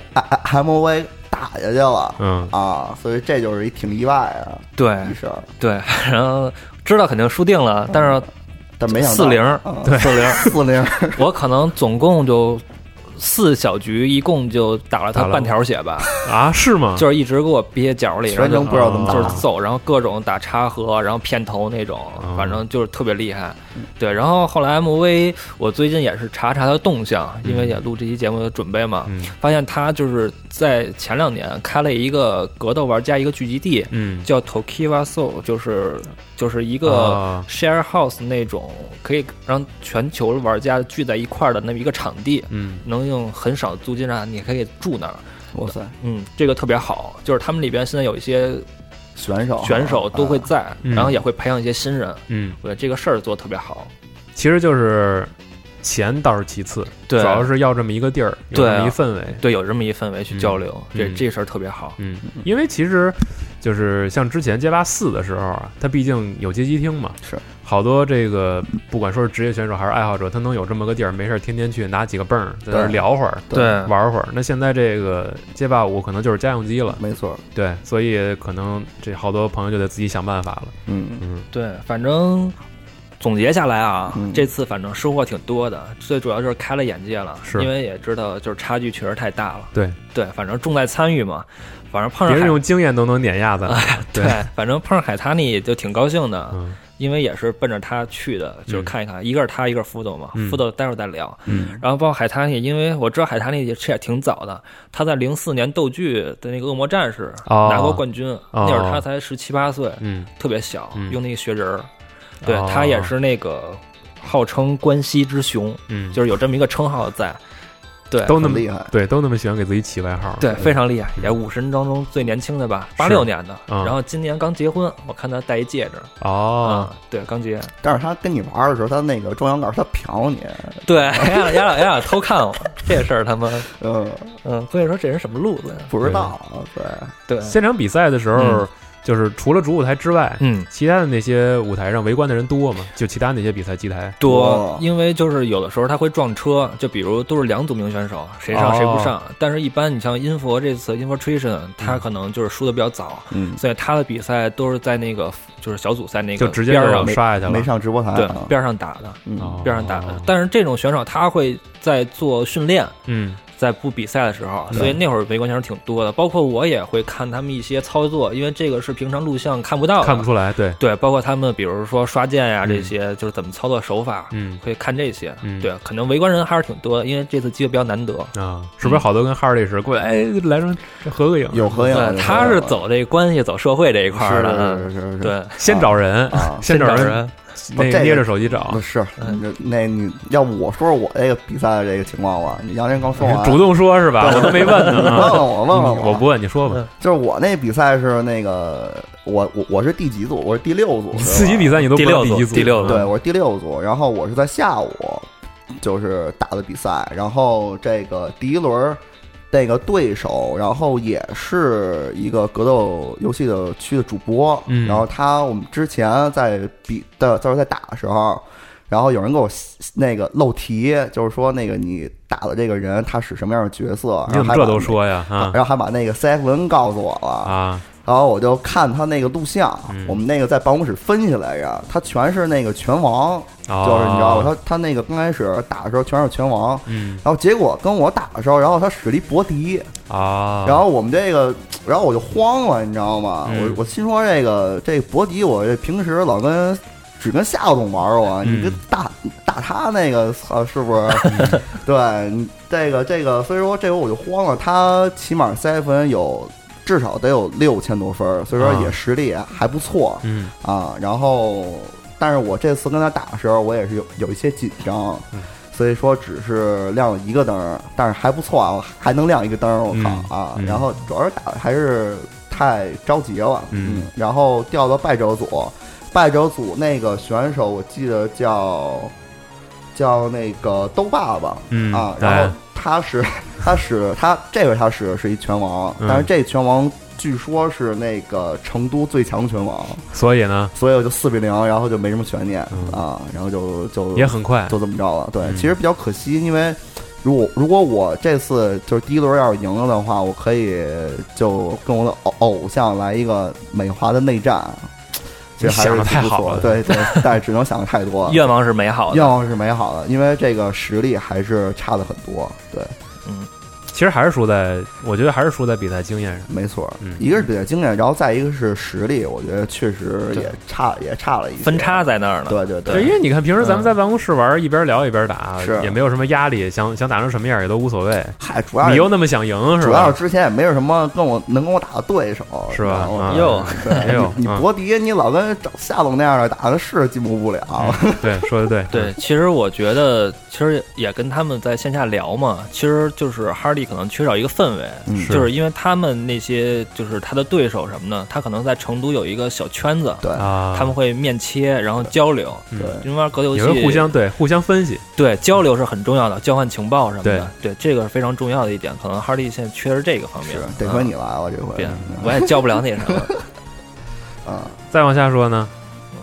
Speaker 7: M O V 打下去了、
Speaker 6: 嗯，
Speaker 7: 啊，所以这就是一挺意外啊，
Speaker 3: 对
Speaker 7: 一事儿，
Speaker 3: 对，然后知道肯定输定了，但是
Speaker 7: 但没想到
Speaker 3: 四零
Speaker 7: 嗯
Speaker 6: 对
Speaker 3: 四零，
Speaker 7: [laughs] 四零，
Speaker 3: 我可能总共就四小局，一共就打了他
Speaker 6: 打了
Speaker 3: 半条血吧，
Speaker 6: 啊，是吗？
Speaker 3: 就是一直给我憋脚里，然
Speaker 7: 全程
Speaker 3: 后就
Speaker 7: 不知道怎么打，
Speaker 3: 就是揍，然后各种打插合，然后片头那种，
Speaker 6: 哦
Speaker 3: 反正就是特别厉害。对，然后后来 MV，我最近也是查查他的动向，因
Speaker 7: 嗯
Speaker 3: 为也录这期节目的准备嘛，
Speaker 6: 嗯
Speaker 3: 发现他就是在前两年开了一个格斗玩家一个聚集地，
Speaker 6: 嗯，
Speaker 3: 叫 Tokiwa Soul，就是就是一
Speaker 7: 哦
Speaker 3: 个
Speaker 6: 啊
Speaker 3: share house 那种可以让全球玩家聚在一块儿的那么一个场地。
Speaker 6: 嗯
Speaker 3: 能用很少租金啊，你可以住那儿，
Speaker 7: 哇塞，
Speaker 3: 嗯，这个特别好。就是他们里边现在有一些
Speaker 7: 选手
Speaker 3: 选手都会
Speaker 7: 啊
Speaker 3: 在，
Speaker 6: 嗯
Speaker 3: 然后也会培养一些新人。
Speaker 6: 嗯，
Speaker 3: 我觉得这个事儿做得特别好。
Speaker 6: 其实就是钱倒是其次，
Speaker 3: 对
Speaker 6: 主要是要这么一个地儿，有
Speaker 3: 对
Speaker 6: 这么
Speaker 3: 啊
Speaker 6: 一氛围，
Speaker 3: 对，有这么一氛围去交流，
Speaker 6: 嗯
Speaker 3: 这
Speaker 6: 嗯
Speaker 3: 这事儿特别好。
Speaker 6: 嗯，因为其实就是像之前街霸四的时候啊，它毕竟有街机厅嘛，
Speaker 7: 是
Speaker 6: 好多这个不管说是职业选手还是爱好者，他能有这么个地儿，没事儿天天去拿几个泵儿在那儿
Speaker 7: 对
Speaker 6: 聊会儿。
Speaker 3: 对
Speaker 6: 玩会儿，那现在这个街霸五可能就是家用机了，
Speaker 7: 没错，
Speaker 6: 对，所以可能这好多朋友就得自己想办法了。
Speaker 7: 嗯，
Speaker 6: 嗯
Speaker 3: 对，反正总结下来啊，
Speaker 7: 嗯
Speaker 3: 这次反正收获挺多的，最主要就是开了眼界了，
Speaker 6: 是
Speaker 3: 因为也知道就是差距确实太大了。
Speaker 6: 对，
Speaker 3: 对，反正重在参与嘛，反正碰
Speaker 6: 别
Speaker 3: 上
Speaker 6: 人
Speaker 3: 海
Speaker 6: 用经验都能碾压咱们，
Speaker 3: 对，反正碰上海塔尼就挺高兴的，
Speaker 6: 嗯
Speaker 3: 因为也是奔着他去的，就是看一看，一个是他，一个是副总嘛，
Speaker 6: 嗯
Speaker 3: 副总待会儿再聊。
Speaker 6: 嗯
Speaker 3: 然后包括海塔尼，因为我知道海塔尼也是也挺早的，他在零四年斗剧的那个恶魔战士、
Speaker 6: 哦
Speaker 3: 拿过冠军，那会儿他才十七八岁，
Speaker 6: 嗯，
Speaker 3: 特别小，
Speaker 6: 嗯
Speaker 3: 用那个学人儿，对、
Speaker 6: 哦
Speaker 3: 他也是那个号称关西之雄，
Speaker 6: 嗯，
Speaker 3: 就是有这么一个称号在，对，
Speaker 6: 都那
Speaker 7: 嗯很
Speaker 6: 么
Speaker 7: 厉害，
Speaker 6: 对，都那么喜欢给自己起外号，
Speaker 3: 对，非常厉害，
Speaker 6: 嗯
Speaker 3: 也五十人当中最年轻的吧，八
Speaker 6: 是
Speaker 3: 六年的，
Speaker 6: 嗯
Speaker 3: 然后今年刚结婚，我看他戴一戒指，
Speaker 6: 哦，
Speaker 3: 啊，对，刚结，
Speaker 7: 但是他跟你玩的时候，他那个中央杆儿他瞟你，
Speaker 3: 对， [laughs] 丫俩丫俩丫俩偷看我这事儿，他妈，
Speaker 7: 嗯，
Speaker 3: 嗯，所以说这人什么路子呀？
Speaker 7: 不知道，对，
Speaker 3: 对，
Speaker 6: 现场比赛的时候，
Speaker 3: 嗯
Speaker 6: 就是除了主舞台之外，
Speaker 3: 嗯，
Speaker 6: 其他的那些舞台上围观的人多嘛？就其他那些比赛机台，
Speaker 3: 多
Speaker 7: 哇，
Speaker 3: 因为就是有的时候他会撞车，就比如都是两组名选手，谁上谁不上。但是，一般你像音佛这次 Infiltration，他可能就是输的比较早，
Speaker 7: 嗯，
Speaker 3: 所以他的比赛都是在那个就是小组赛那个
Speaker 6: 就直接
Speaker 3: 边上
Speaker 6: 就刷下去了。
Speaker 7: 没上直播台
Speaker 3: 对
Speaker 7: 啊，
Speaker 3: 边上打的，
Speaker 7: 嗯，
Speaker 3: 边上打的
Speaker 6: 哦。
Speaker 3: 但是这种选手他会在做训练，
Speaker 6: 嗯，
Speaker 3: 在不比赛的时候，所以那会儿围观选手挺多的。包括我也会看他们一些操作，因为这个是平常录像看不到的，
Speaker 6: 看不出来，对，
Speaker 3: 对，包括他们比如说刷剑呀、
Speaker 6: 嗯
Speaker 3: 这些，就是怎么操作手法，
Speaker 6: 嗯
Speaker 3: 会看这些。
Speaker 6: 嗯
Speaker 3: 对，嗯可能围观人还是挺多的，因为这次机会比较难得。
Speaker 6: 啊，是不是好多跟哈利似的过来，哎，来上合个影，
Speaker 7: 有合影
Speaker 3: 对，，他是走这关系、走社会这一块儿的。嗯
Speaker 7: 是是是，
Speaker 3: 对，
Speaker 6: 先找人， [laughs]
Speaker 7: 啊
Speaker 6: 先找
Speaker 3: 哦先找
Speaker 6: 人，那
Speaker 7: 不这个
Speaker 6: 捏着手机找
Speaker 7: 不，是，那你要不我说说我这个比赛的这个情况吧？你杨先刚说完， [laughs]
Speaker 6: 主动说是吧？我都没问
Speaker 7: 你
Speaker 6: 呢
Speaker 7: 问 [laughs]
Speaker 6: 啊，
Speaker 7: 问我，问问
Speaker 6: 我不问你说吧，
Speaker 3: 嗯
Speaker 7: 就是我那比赛是那个，我我我是第几组？我是第六组，
Speaker 6: 你自己比
Speaker 7: 赛。
Speaker 6: 赛你都不知道第几组，
Speaker 3: 第六组
Speaker 7: 对，我是第六组，然后我是在下午就是打的比赛，然后这个第一轮儿那个对手，然后也是一个格斗游戏的区的主播，
Speaker 6: 嗯
Speaker 7: 然后他我们之前在比的就是在打的时候。然后有人给我那个漏题，就是说那个你打的这个人他是什么样的角色，然
Speaker 6: 你怎
Speaker 7: 后
Speaker 6: 么
Speaker 7: 还
Speaker 6: 这
Speaker 7: 把
Speaker 6: 都
Speaker 7: 那
Speaker 6: 说呀？啊
Speaker 7: 然后还把那个 CF 文告诉我了
Speaker 6: 啊，
Speaker 7: 然后我就看他那个录像，
Speaker 6: 嗯
Speaker 7: 我们那个在办公室分析来着，他全是那个拳王，就是你知道吧？
Speaker 6: 哦
Speaker 7: 他他那个刚开始打的时候全是拳王，
Speaker 6: 嗯
Speaker 7: 然后结果跟我打的时候，然后他使了一搏敌，
Speaker 6: 啊，
Speaker 7: 然后我们这个，然后我就慌了，你知道吗？
Speaker 6: 嗯
Speaker 7: 我我心说这个这搏敌，我这平时老跟。只跟夏总玩儿我，
Speaker 6: 嗯
Speaker 7: 你跟打打他那个，操，是不
Speaker 6: [laughs]
Speaker 7: 是？对，你这个这个，所以说这回我就慌了。他起码三分有至少得有六千多分儿，所以说
Speaker 6: 啊
Speaker 7: 也实力还不错。
Speaker 6: 嗯，
Speaker 7: 啊，然后，但是我这次跟他打的时候，我也是有有一些紧张，
Speaker 6: 嗯
Speaker 7: 所以说只是亮了一个灯儿，但是还不错啊，还能亮一个灯儿，我
Speaker 6: 嗯
Speaker 7: 靠啊！
Speaker 6: 嗯
Speaker 7: 然后主要是打的还是太着急了，
Speaker 6: 嗯
Speaker 7: 然后调到败者组，败者组那个选手我记得叫叫那个豆爸爸，
Speaker 6: 嗯
Speaker 7: 啊，
Speaker 6: 哎
Speaker 7: 然后他是他使他这回他使的是一拳王，
Speaker 6: 嗯
Speaker 7: 但是这拳王据说是那个成都最强拳王。
Speaker 6: 所以呢
Speaker 7: 所以我就四比零，然后就没什么悬念、
Speaker 6: 嗯
Speaker 7: 啊，然后就就
Speaker 6: 也很快，
Speaker 7: 就这么着了。对，
Speaker 6: 嗯
Speaker 7: 其实比较可惜，因为如果如果我这次就是第一轮要是赢了的话，我可以就跟我的偶偶像来一个美华的内战。其实还
Speaker 6: 你
Speaker 7: 是
Speaker 6: 想得
Speaker 7: 挺
Speaker 6: 太
Speaker 7: 不
Speaker 6: 好
Speaker 7: 错
Speaker 6: 了
Speaker 7: 的，对 [laughs] 对，但是只能想的太多了。
Speaker 3: 愿望是美好
Speaker 7: 愿
Speaker 3: 的。
Speaker 7: 望是美好的，因为这个实力还是差的很多。对，
Speaker 6: 其实还是输在，我觉得还是输在比赛经验上。
Speaker 7: 没错，
Speaker 6: 嗯
Speaker 7: 一个是比赛经验，然后再一个是实力，我觉得确实
Speaker 3: 对
Speaker 7: 也差也差了一些
Speaker 3: 分叉。在那儿呢，
Speaker 7: 对对嗯
Speaker 6: 对，因为你看平时咱们在办公室玩，一边聊一边打，
Speaker 7: 是
Speaker 6: 也没有什么压力，想想打成什么样也都无所谓。
Speaker 7: 嗨，主要
Speaker 6: 你
Speaker 7: 是
Speaker 6: 又那么想赢是
Speaker 7: 主要
Speaker 6: 吧
Speaker 7: 是？之前也没有什么跟我能跟我打的对手，
Speaker 6: 是吧
Speaker 7: 然后
Speaker 6: 啊
Speaker 3: 哟，
Speaker 6: 没有，
Speaker 7: 你
Speaker 6: 嗯
Speaker 7: 博迪，你老跟夏总那样的打，那是进步不了。
Speaker 6: [laughs] 对，说的对，
Speaker 3: 对，其实我觉得，其实也跟他们在线下聊嘛，其实就是哈利可能缺少一个氛围，
Speaker 7: 嗯
Speaker 3: 就是因为他们那些就是他的对手什么的，他可能在成都有一个小圈子，
Speaker 7: 对
Speaker 6: 啊，
Speaker 3: 他们会面切，然后交流。
Speaker 6: 嗯
Speaker 7: 对，
Speaker 3: 因为玩格斗游
Speaker 6: 也会
Speaker 3: 戏，
Speaker 6: 互相对互相分析，
Speaker 3: 对交流是很重要的，交换情报什么的，对这个是非常重要的一点。可能哈利现在缺的是这个方面
Speaker 7: 是，得亏你来了这
Speaker 3: 嗯
Speaker 7: 回
Speaker 3: 别。我也教不了那什
Speaker 7: [laughs]
Speaker 3: 么。
Speaker 7: 啊，
Speaker 6: 再往下说呢，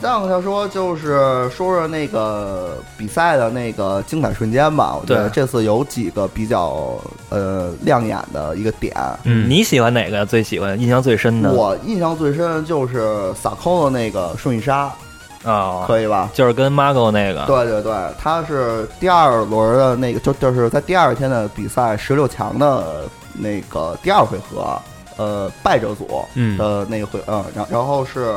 Speaker 7: 再往下说就是说说那个比赛的那个精彩瞬间吧。我觉得
Speaker 3: 对
Speaker 7: 这次有几个比较呃亮眼的一个点。
Speaker 6: 嗯
Speaker 3: 你喜欢哪个最喜欢？印象最深的
Speaker 7: 我印象最深就是萨空的那个瞬杀，
Speaker 3: 啊，
Speaker 7: 可以吧？
Speaker 3: 就是跟 Margo 那个，
Speaker 7: 对对对，他是第二轮的那个，就就是在第二天的比赛十六强的那个第二回合，呃，败者组
Speaker 6: 嗯
Speaker 7: 的那个回，呃，然然后是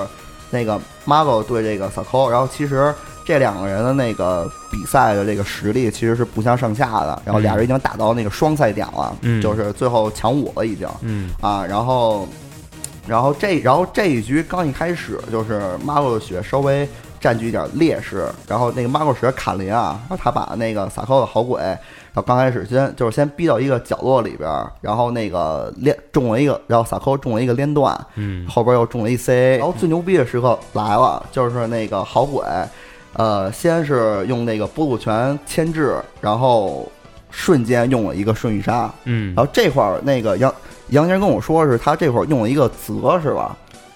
Speaker 7: 那个 Margo 对这个 Sako，然后其实这两个人的那个比赛的这个实力其实是不相上下的，然后俩人已经打到那个双赛点了，
Speaker 6: 嗯
Speaker 7: 就是最后抢五了已经，
Speaker 6: 嗯
Speaker 7: 啊，然后，然后这，然后这一局刚一开始就是 Margo 的血稍微占据一点劣势，然后那个 Margo 血砍林啊，然后他把那个萨克的好鬼，然后刚开始先就是先逼到一个角落里边儿，然后那个连中了一个，然后萨克中了一个连段，
Speaker 6: 嗯
Speaker 7: 后边又中了一 C，然后最牛逼的时刻来了，就是那个好鬼，呃，先是用那个波鲁拳牵制，然后瞬间用了一个瞬移杀。
Speaker 6: 嗯
Speaker 7: 然后这块儿那个杨杨先生跟我说是他这会儿用了一个泽是吧？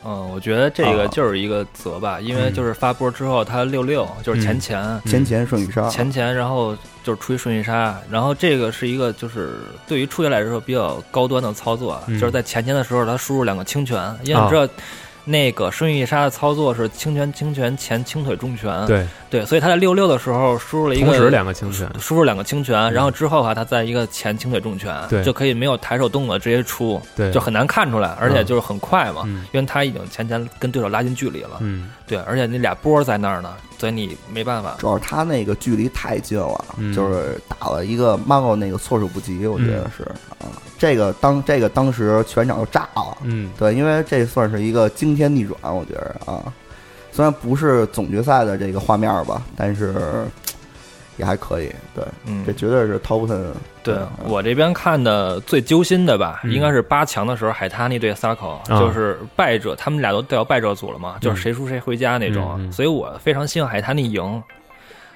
Speaker 3: 嗯，我觉得这个
Speaker 7: 啊嗯
Speaker 3: 就是一个责吧，因为就是发波之后，它六六就是前前、
Speaker 6: 嗯
Speaker 7: 前前顺雨
Speaker 6: 啊
Speaker 7: 杀，
Speaker 3: 前前，然后就是出一顺序杀，然后这个是一个就是对于初学来说比较高端的操作，啊
Speaker 6: 嗯啊
Speaker 3: 就是在前前的时候，他输入两个轻拳，因为你知道。那个顺序杀的操作是轻拳、轻拳前轻腿重拳，
Speaker 6: 对，
Speaker 3: 对所以他在六六的时候输入了一
Speaker 6: 同时
Speaker 3: 个
Speaker 6: 两个轻拳，
Speaker 3: 输入两个轻拳，然后之后啊，他再一个前轻腿重拳，
Speaker 6: 对
Speaker 3: 就可以没有抬手动作直接出，
Speaker 6: 对，
Speaker 3: 就很难看出来，而且就是很快嘛，
Speaker 6: 嗯
Speaker 3: 因为他已经前前跟对手拉近距离了，
Speaker 6: 嗯
Speaker 3: 对，而且那俩波在那儿呢，所以你没办法，
Speaker 7: 主要是他那个距离太近了，
Speaker 6: 嗯
Speaker 7: 就是打了一个 Mango 那个措手不及，我觉得是啊、这个当这个当时全场就炸了，
Speaker 6: 嗯
Speaker 7: 对，因为这算是一个惊天逆转，我觉得啊，虽然不是总决赛的这个画面吧，但是嘖也还可以，对，
Speaker 3: 嗯
Speaker 7: 这，绝对是 Topton，
Speaker 3: 对我这边看的最揪心的吧，
Speaker 6: 嗯
Speaker 3: 应该是八强的时候海滩那对萨口，
Speaker 6: 啊嗯
Speaker 3: 就是败者，他们俩都掉败者组了嘛，就是谁输谁回家那种，
Speaker 6: 嗯嗯
Speaker 3: 所以我非常希望海滩尼赢。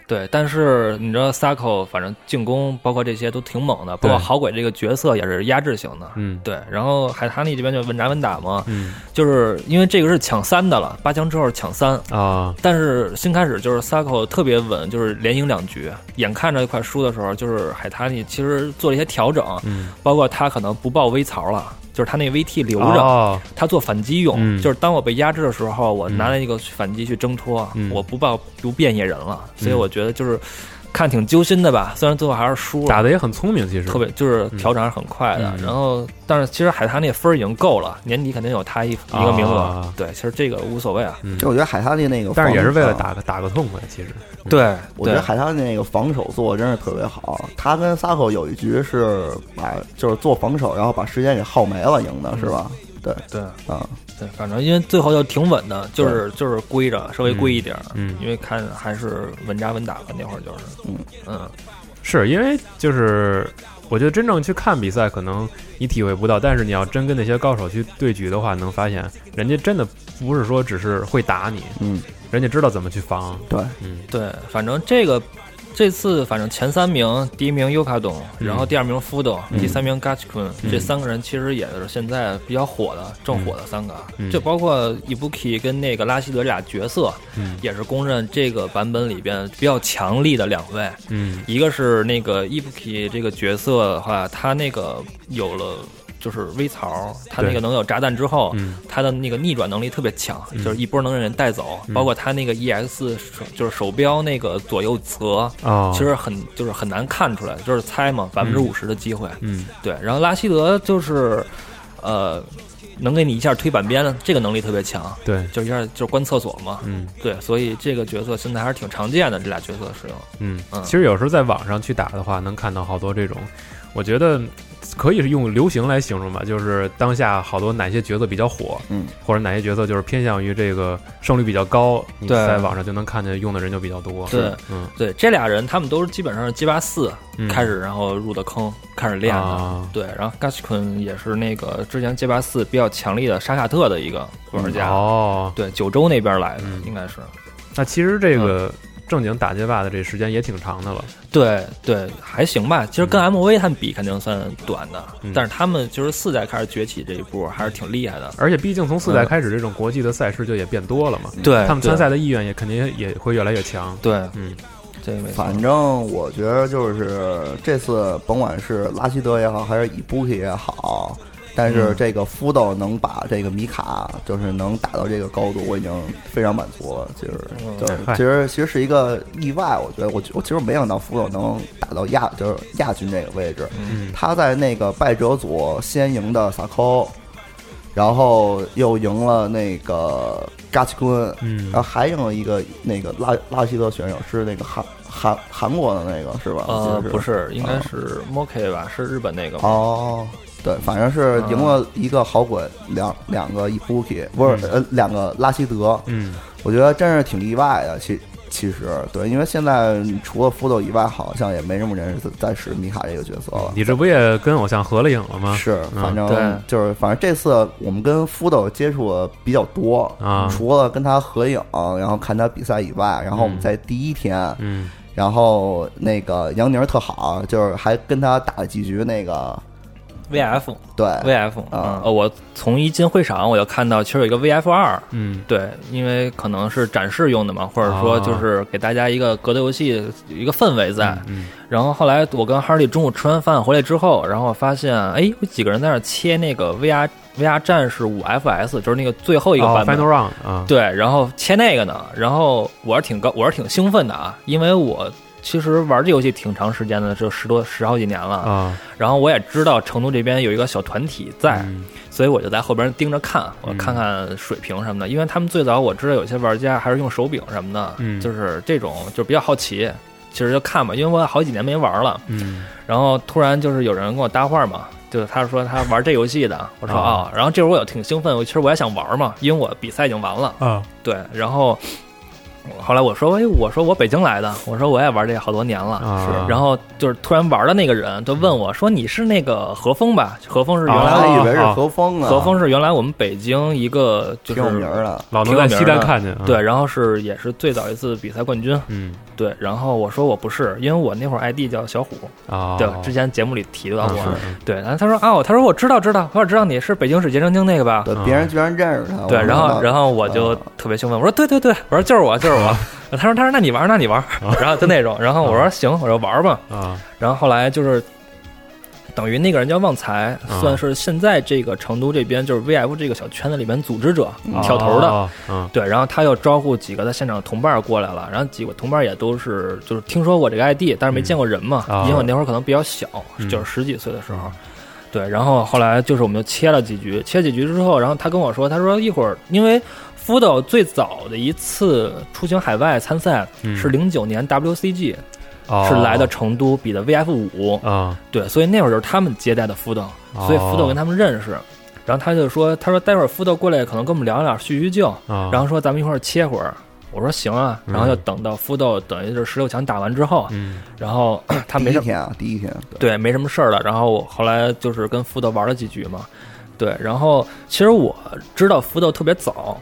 Speaker 3: 对，但是你知道萨口，反正进攻包括这些都挺猛的，包
Speaker 6: 对
Speaker 3: 括好鬼这个角色也是压制型的。
Speaker 6: 嗯
Speaker 3: 对，然后海滩尼这边就稳扎稳打嘛，
Speaker 6: 嗯
Speaker 3: 就是因为这个是抢三的了，八强之后是抢三，
Speaker 6: 啊，
Speaker 3: 但是新开始就是 Sako 特别稳，就是连赢两局，眼看着快输的时候，就是海塔尼其实做了一些调整，
Speaker 6: 嗯，
Speaker 3: 包括他可能不报微槽了，就是他那 VT 留着，
Speaker 6: 哦
Speaker 3: 他做反击用，
Speaker 6: 嗯
Speaker 3: 就是当我被压制的时候，我
Speaker 6: 嗯
Speaker 3: 拿那个反击去挣脱，
Speaker 6: 嗯
Speaker 3: 我不报不变野人了，所以
Speaker 6: 嗯
Speaker 3: 我觉得就是看挺揪心的吧，虽然最后还是输了
Speaker 6: 打。的也很聪明，其实
Speaker 3: 特别就是调整还是很快的，
Speaker 6: 嗯
Speaker 3: 然后但是其实海滩那分儿已经够了，年底肯定有他一一个名额，
Speaker 6: 啊
Speaker 3: 对，其实这个无所谓啊，
Speaker 6: 嗯
Speaker 7: 就我觉得海滩的那个，
Speaker 6: 但是也是
Speaker 7: 啊
Speaker 6: 为了打，个打个痛快，其实
Speaker 3: 对，
Speaker 7: 我觉得海滩的那个防守做得真是特别好，他跟 Sako 有一局是把就是做防守，然后把时间给耗没了，赢的是吧？对
Speaker 3: 嗯对。
Speaker 7: 啊，
Speaker 3: 对，反正因为最后就挺稳的，就是就是归着，稍微归一点儿，
Speaker 6: 嗯
Speaker 3: 因为看还是稳扎稳打吧，那会儿就是，
Speaker 7: 嗯
Speaker 3: 嗯
Speaker 6: 是因为就是我觉得真正去看比赛，可能你体会不到，但是你要真跟那些高手去对局的话，能发现人家真的不是说只是会打你，
Speaker 7: 嗯，
Speaker 6: 人家知道怎么去防，
Speaker 7: 对，
Speaker 6: 嗯
Speaker 3: 对，反正这个这次反正前三名，第一名优卡董，
Speaker 6: 嗯
Speaker 3: 然后第二名夫董，
Speaker 6: 嗯
Speaker 3: 第三名 g a c h k u n
Speaker 6: 嗯
Speaker 3: 这三个人其实也是现在比较火的，正火的三个，
Speaker 6: 嗯
Speaker 3: 就包括伊布 k 跟那个拉希德俩角色，
Speaker 6: 嗯
Speaker 3: 也是公认这个版本里边比较强力的两位，
Speaker 6: 嗯
Speaker 3: 一个是那个伊布 k 这个角色的话，他那个有了就是微槽，他那个
Speaker 6: 对
Speaker 3: 能有炸弹之后，
Speaker 6: 嗯
Speaker 3: 他的那个逆转能力特别强，
Speaker 6: 嗯
Speaker 3: 就是一波能让人带走。
Speaker 6: 嗯
Speaker 3: 包括他那个 EX 手就是手标那个左右折，
Speaker 6: 哦，
Speaker 3: 其实很就是很难看出来，就是猜嘛，百分之五十的机会。
Speaker 6: 嗯
Speaker 3: 对，然后拉希德就是呃，能给你一下推板边，这个能力特别强，
Speaker 6: 对
Speaker 3: 就一下就是关厕所嘛。
Speaker 6: 嗯
Speaker 3: 对，所以这个角色现在还是挺常见的，这俩角色使用。
Speaker 6: 嗯
Speaker 3: 嗯，
Speaker 6: 其实有时候在网上去打的话，能看到好多这种，我觉得。可以用流行来形容吧，就是当下好多哪些角色比较火，
Speaker 7: 嗯，
Speaker 6: 或者哪些角色就是偏向于这个胜率比较高，你
Speaker 3: 对
Speaker 6: 在网上就能看见用的人就比较多。
Speaker 3: 对，
Speaker 6: 嗯，
Speaker 3: 对，这俩人他们都是基本上是 G 八四
Speaker 6: 嗯
Speaker 3: 开始，然后入的坑，开始练的。
Speaker 6: 啊
Speaker 3: 对，然后 g a s h k u n 也是那个之前 G 八四比较强力的沙卡特的一个玩家，
Speaker 6: 哦，
Speaker 3: 对，九州那边来的、
Speaker 6: 嗯
Speaker 3: 应该是。
Speaker 6: 那其实这个
Speaker 3: 嗯
Speaker 6: 正经打街霸的这时间也挺长的了。
Speaker 3: 对对，还行吧。其实跟 MV 他们比，肯定算短的，
Speaker 6: 嗯
Speaker 3: 但是他们就是四代开始崛起这一波，还是挺厉害的。
Speaker 6: 而且毕竟从四代开始，这种国际的赛事就也变多了嘛，
Speaker 3: 对，
Speaker 6: 嗯他们
Speaker 3: 嗯对
Speaker 6: 参赛的意愿也肯定也会越来越强。
Speaker 3: 对，
Speaker 6: 嗯
Speaker 3: 这个没错。
Speaker 7: 反正我觉得就是这次，甭管是拉希德也好，还是伊布克也好，但是这个夫斗能把这个米卡就是能打到这个高度，我已经非常满足了。其实，
Speaker 3: 嗯
Speaker 7: 就是
Speaker 6: 嗨
Speaker 7: 其实其实是一个意外，我觉得我我其实没想到夫斗能打到亚就是亚军这个位置。
Speaker 6: 嗯
Speaker 7: 他在那个败者组先赢的萨科，然后又赢了那个扎奇坤，
Speaker 6: 嗯
Speaker 7: 然后还赢了一个那个拉拉希德选手，是那个韩韩韩国的那个是吧？我记
Speaker 3: 呃
Speaker 7: 得，
Speaker 3: 不是，应
Speaker 6: 啊
Speaker 3: 该是 Moki 吧，是日本那个吗。
Speaker 7: 哦，对，反正是赢了一个好滚，两两个伊布
Speaker 3: 嗯
Speaker 7: 克，不是、呃两个拉希德，
Speaker 6: 嗯
Speaker 7: 我觉得真是挺意外的。其其实对，因为现在除了福斗以外，好像也没什么人是在使米卡这个角色了。
Speaker 6: 你这不也跟偶像合了影了吗？
Speaker 7: 是，
Speaker 6: 嗯
Speaker 7: 反
Speaker 3: 对
Speaker 7: 正就是，反正这次我们跟夫斗接触的比较多
Speaker 6: 啊
Speaker 7: 除了跟他合影，然后看他比赛以外，然后我们
Speaker 6: 嗯
Speaker 7: 在第一天，
Speaker 6: 嗯
Speaker 7: 然后那个杨宁儿特好，就是还跟他打了几局那个
Speaker 3: VF
Speaker 7: 对
Speaker 3: VF
Speaker 7: 啊
Speaker 3: 呃，我从一进会场我就看到，其实有一个 VF 二，
Speaker 6: 嗯
Speaker 3: 对，因为可能是展示用的嘛，或者说
Speaker 6: 哦
Speaker 3: 就是给大家一个格斗游戏一个氛围在。
Speaker 6: 嗯
Speaker 3: 然后后来我跟哈利中午吃完饭回来之后，然后我发现，哎，有几个人在那儿切那个 VR VR 战士五 FS，就是那个最后一个
Speaker 6: 哦
Speaker 3: 版本。
Speaker 6: ，Final Round 啊，
Speaker 3: 对，然后切那个呢，然后我是挺高，我是挺兴奋的啊，因为我其实玩这游戏挺长时间的，就十多十好几年了。
Speaker 6: 啊，
Speaker 3: 然后我也知道成都这边有一个小团体在，
Speaker 6: 嗯
Speaker 3: 所以我就在后边盯着看，我看看水平什么的。因为他们最早我知道有些玩家还是用手柄什么的，
Speaker 6: 嗯
Speaker 3: 就是这种就比较好奇，其实就看吧，因为我好几年没玩了。
Speaker 6: 嗯
Speaker 3: 然后突然就是有人跟我搭话嘛，就是他说他玩这游戏的，我说
Speaker 6: 啊
Speaker 3: 啊、然后这会儿我也挺兴奋，我其实我也想玩嘛，因为我比赛已经完了。
Speaker 6: 啊，
Speaker 3: 对，然后后来我说，哎，我说我北京来的，我说我也玩这好多年了。
Speaker 6: 啊
Speaker 3: 然后就是突然玩的那个人就问我说：“你是那个何峰吧？何峰是原
Speaker 7: 我
Speaker 3: 来、
Speaker 6: 啊
Speaker 7: 还以为是和风呢，
Speaker 3: 何峰是原来我们北京一个就
Speaker 7: 挺
Speaker 3: 是
Speaker 7: 有名儿的，
Speaker 6: 老能在西单看见，啊
Speaker 3: 对，，然后是也是最早一次比赛冠军
Speaker 6: 嗯
Speaker 3: 对，然后我说我不是，因为我那会儿 ID 叫小虎，
Speaker 6: 啊，
Speaker 3: 对，之前节目里提到
Speaker 6: 啊
Speaker 3: 过，
Speaker 6: 是是
Speaker 3: 对，然后他说啊，我他说我知道知道，我知道你是北京市洁生精那个吧？
Speaker 7: 对
Speaker 6: 嗯，
Speaker 7: 别人居然认识他，
Speaker 3: 对，
Speaker 7: 我
Speaker 3: 然
Speaker 7: 不知
Speaker 3: 后
Speaker 7: 道
Speaker 3: 然后我就
Speaker 7: 哦
Speaker 3: 特别兴奋，我说对对对，我说就是我就是
Speaker 7: [laughs]
Speaker 3: 我，他说他说那你玩那你玩，
Speaker 7: 哦
Speaker 3: 然后就那种，然后我说行，我说玩吧，
Speaker 6: 啊，
Speaker 3: 然后后来就是等于那个人叫旺财，
Speaker 6: 啊
Speaker 7: 哦
Speaker 3: 算是现在这个成都这边就是 VF 这个小圈子里边组织者、
Speaker 7: 哦
Speaker 6: 啊
Speaker 3: 挑头的。
Speaker 6: 的，嗯
Speaker 3: 对，然后他又招呼几个在现场的同伴儿过来了，然后几个同伴儿也都是就是听说过这个 ID，但是没见过人嘛，
Speaker 6: 啊
Speaker 3: 因为我那会儿可能比较小，
Speaker 6: 嗯
Speaker 3: 就是十几岁的时候。对，然后后来就是我们就切了几局，切几局之后，然后他跟我说，他说一会儿因为 Fudo 最早的一次出行海外参赛
Speaker 6: 嗯
Speaker 3: 是零九年 WCG，、
Speaker 6: 哦
Speaker 3: 是来到成都比的 VF 五、
Speaker 6: 啊，哦
Speaker 3: 对，所以那会儿就是他们接待的福斗，所以福斗跟他们认识。然后他就说：“他说待会儿福斗过来，可能跟我们聊聊叙叙旧，
Speaker 6: 啊，
Speaker 3: 然后说咱们一块儿切会儿。”我说：“行啊。”
Speaker 6: 嗯
Speaker 3: 然后就等到福斗等于是十六强打完之后，
Speaker 6: 嗯
Speaker 3: 然后他没
Speaker 7: 第一
Speaker 6: [clears throat]
Speaker 3: 什么
Speaker 7: 天啊，第一天，
Speaker 3: 对没什么事儿了。然后我后来就是跟福斗玩了几局嘛，对。然后其实我知道福斗特别早。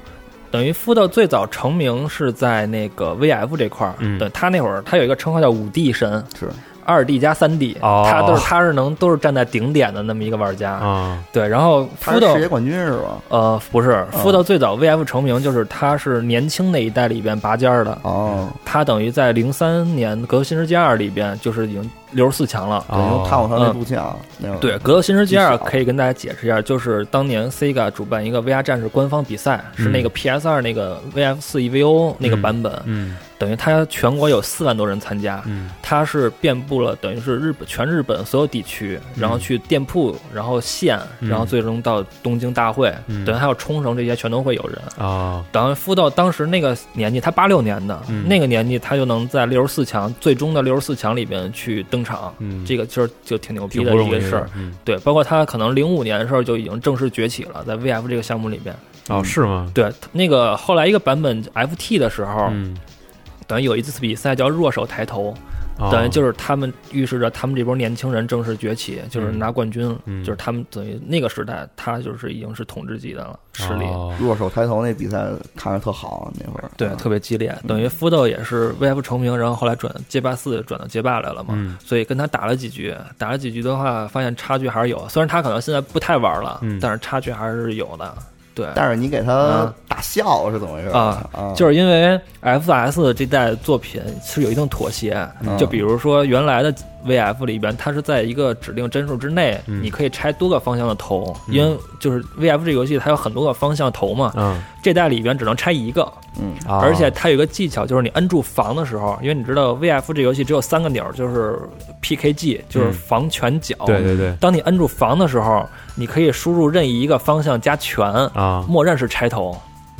Speaker 3: 等于福斗最早成名是在那个 VF 这块儿，
Speaker 6: 嗯
Speaker 3: 对他那会儿他有一个称号叫五 D 神，
Speaker 7: 是
Speaker 3: 二 D 加三 D，、
Speaker 6: 哦
Speaker 3: 他都是他是能都是站在顶点的那么一个玩家。
Speaker 6: 啊
Speaker 3: 对，然后
Speaker 7: 他是
Speaker 3: Fudo
Speaker 7: 世界冠军是吧？
Speaker 3: 呃不是 Fudo 最早 VF 成名就是他是年轻那一代里边拔尖儿的，
Speaker 7: 哦，
Speaker 3: 他等于在零三年《格斗新世界二》里边就是已经六十四强了。
Speaker 7: 对，用探
Speaker 6: 哦
Speaker 7: 火山那
Speaker 3: 嗯
Speaker 7: 录像那种，
Speaker 3: 对，《格斗新世界二
Speaker 7: 技》巧
Speaker 3: 可以跟大家解释一下，就是当年 Sega 主办一个 VR 战士官方比赛，是那个 PS 二那个 VF 四 EVO 那个版本，
Speaker 6: 嗯
Speaker 3: 等于它全国有四万多人参加，
Speaker 6: 嗯
Speaker 3: 它是遍布了等于是日本全日本所有地区，然后去店铺，然后县，
Speaker 6: 嗯
Speaker 3: 然后最终到东京大会，
Speaker 6: 嗯
Speaker 3: 等于还有冲绳这些全都会有人。
Speaker 6: 啊
Speaker 3: 等于夫到当时那个年纪，他八六年的、
Speaker 6: 嗯
Speaker 3: 那个年纪，他就能在六十四强最终的六十四强里边去登场，
Speaker 6: 嗯，
Speaker 3: 这个就是就挺牛逼
Speaker 6: 挺
Speaker 3: 的
Speaker 6: 不
Speaker 3: 一
Speaker 6: 容易
Speaker 3: 个
Speaker 6: 的
Speaker 3: 事儿。，
Speaker 6: 嗯
Speaker 3: 对，包括他可能零五年的时候就已经正式崛起了，在 VF 这个项目里边。
Speaker 6: 哦是吗？
Speaker 3: 对，那个后来一个版本 FT 的时候，
Speaker 6: 嗯，
Speaker 3: 等于有一次比赛叫弱手抬头，
Speaker 6: 哦
Speaker 3: 等于就是他们预示着他们这波年轻人正式崛起，就是拿冠军，
Speaker 6: 嗯
Speaker 3: 就是他们等于那个时代，他就是已经是统治级的了实力，
Speaker 6: 哦
Speaker 7: 弱手抬头那比赛看着特好，那会儿
Speaker 6: 啊
Speaker 3: 对，特别激烈。
Speaker 6: 嗯
Speaker 3: 等于夫斗也是 VF 成名，然后后来转街霸四转到街霸来了嘛，
Speaker 6: 嗯
Speaker 3: 所以跟他打了几局，打了几局的话，发现差距还是有。虽然他可能现在不太玩了，
Speaker 6: 嗯
Speaker 3: 但是差距还是有的。对，
Speaker 7: 但是你给他
Speaker 3: 啊
Speaker 7: 打笑是怎么回事
Speaker 3: 啊
Speaker 7: 啊，
Speaker 3: 就是因为 FS 这代作品是有一定妥协，
Speaker 6: 嗯
Speaker 3: 就比如说原来的 VF 里边，它是在一个指定帧数之内，
Speaker 6: 嗯
Speaker 3: 你可以拆多个方向的头，因为就是 VF 这个游戏它有很多个方向头嘛，
Speaker 6: 嗯，
Speaker 3: 这代里边只能拆一个，
Speaker 6: 啊
Speaker 3: 而且它有一个技巧，就是你摁住防的时候，因为你知道 VF 这游戏只有三个钮儿，就是 PKG，就是
Speaker 6: 嗯
Speaker 3: 防全角。
Speaker 6: 对对对
Speaker 3: 当你摁住防的时候，你可以输入任意一个方向加全，
Speaker 6: 啊
Speaker 3: 默认是拆头，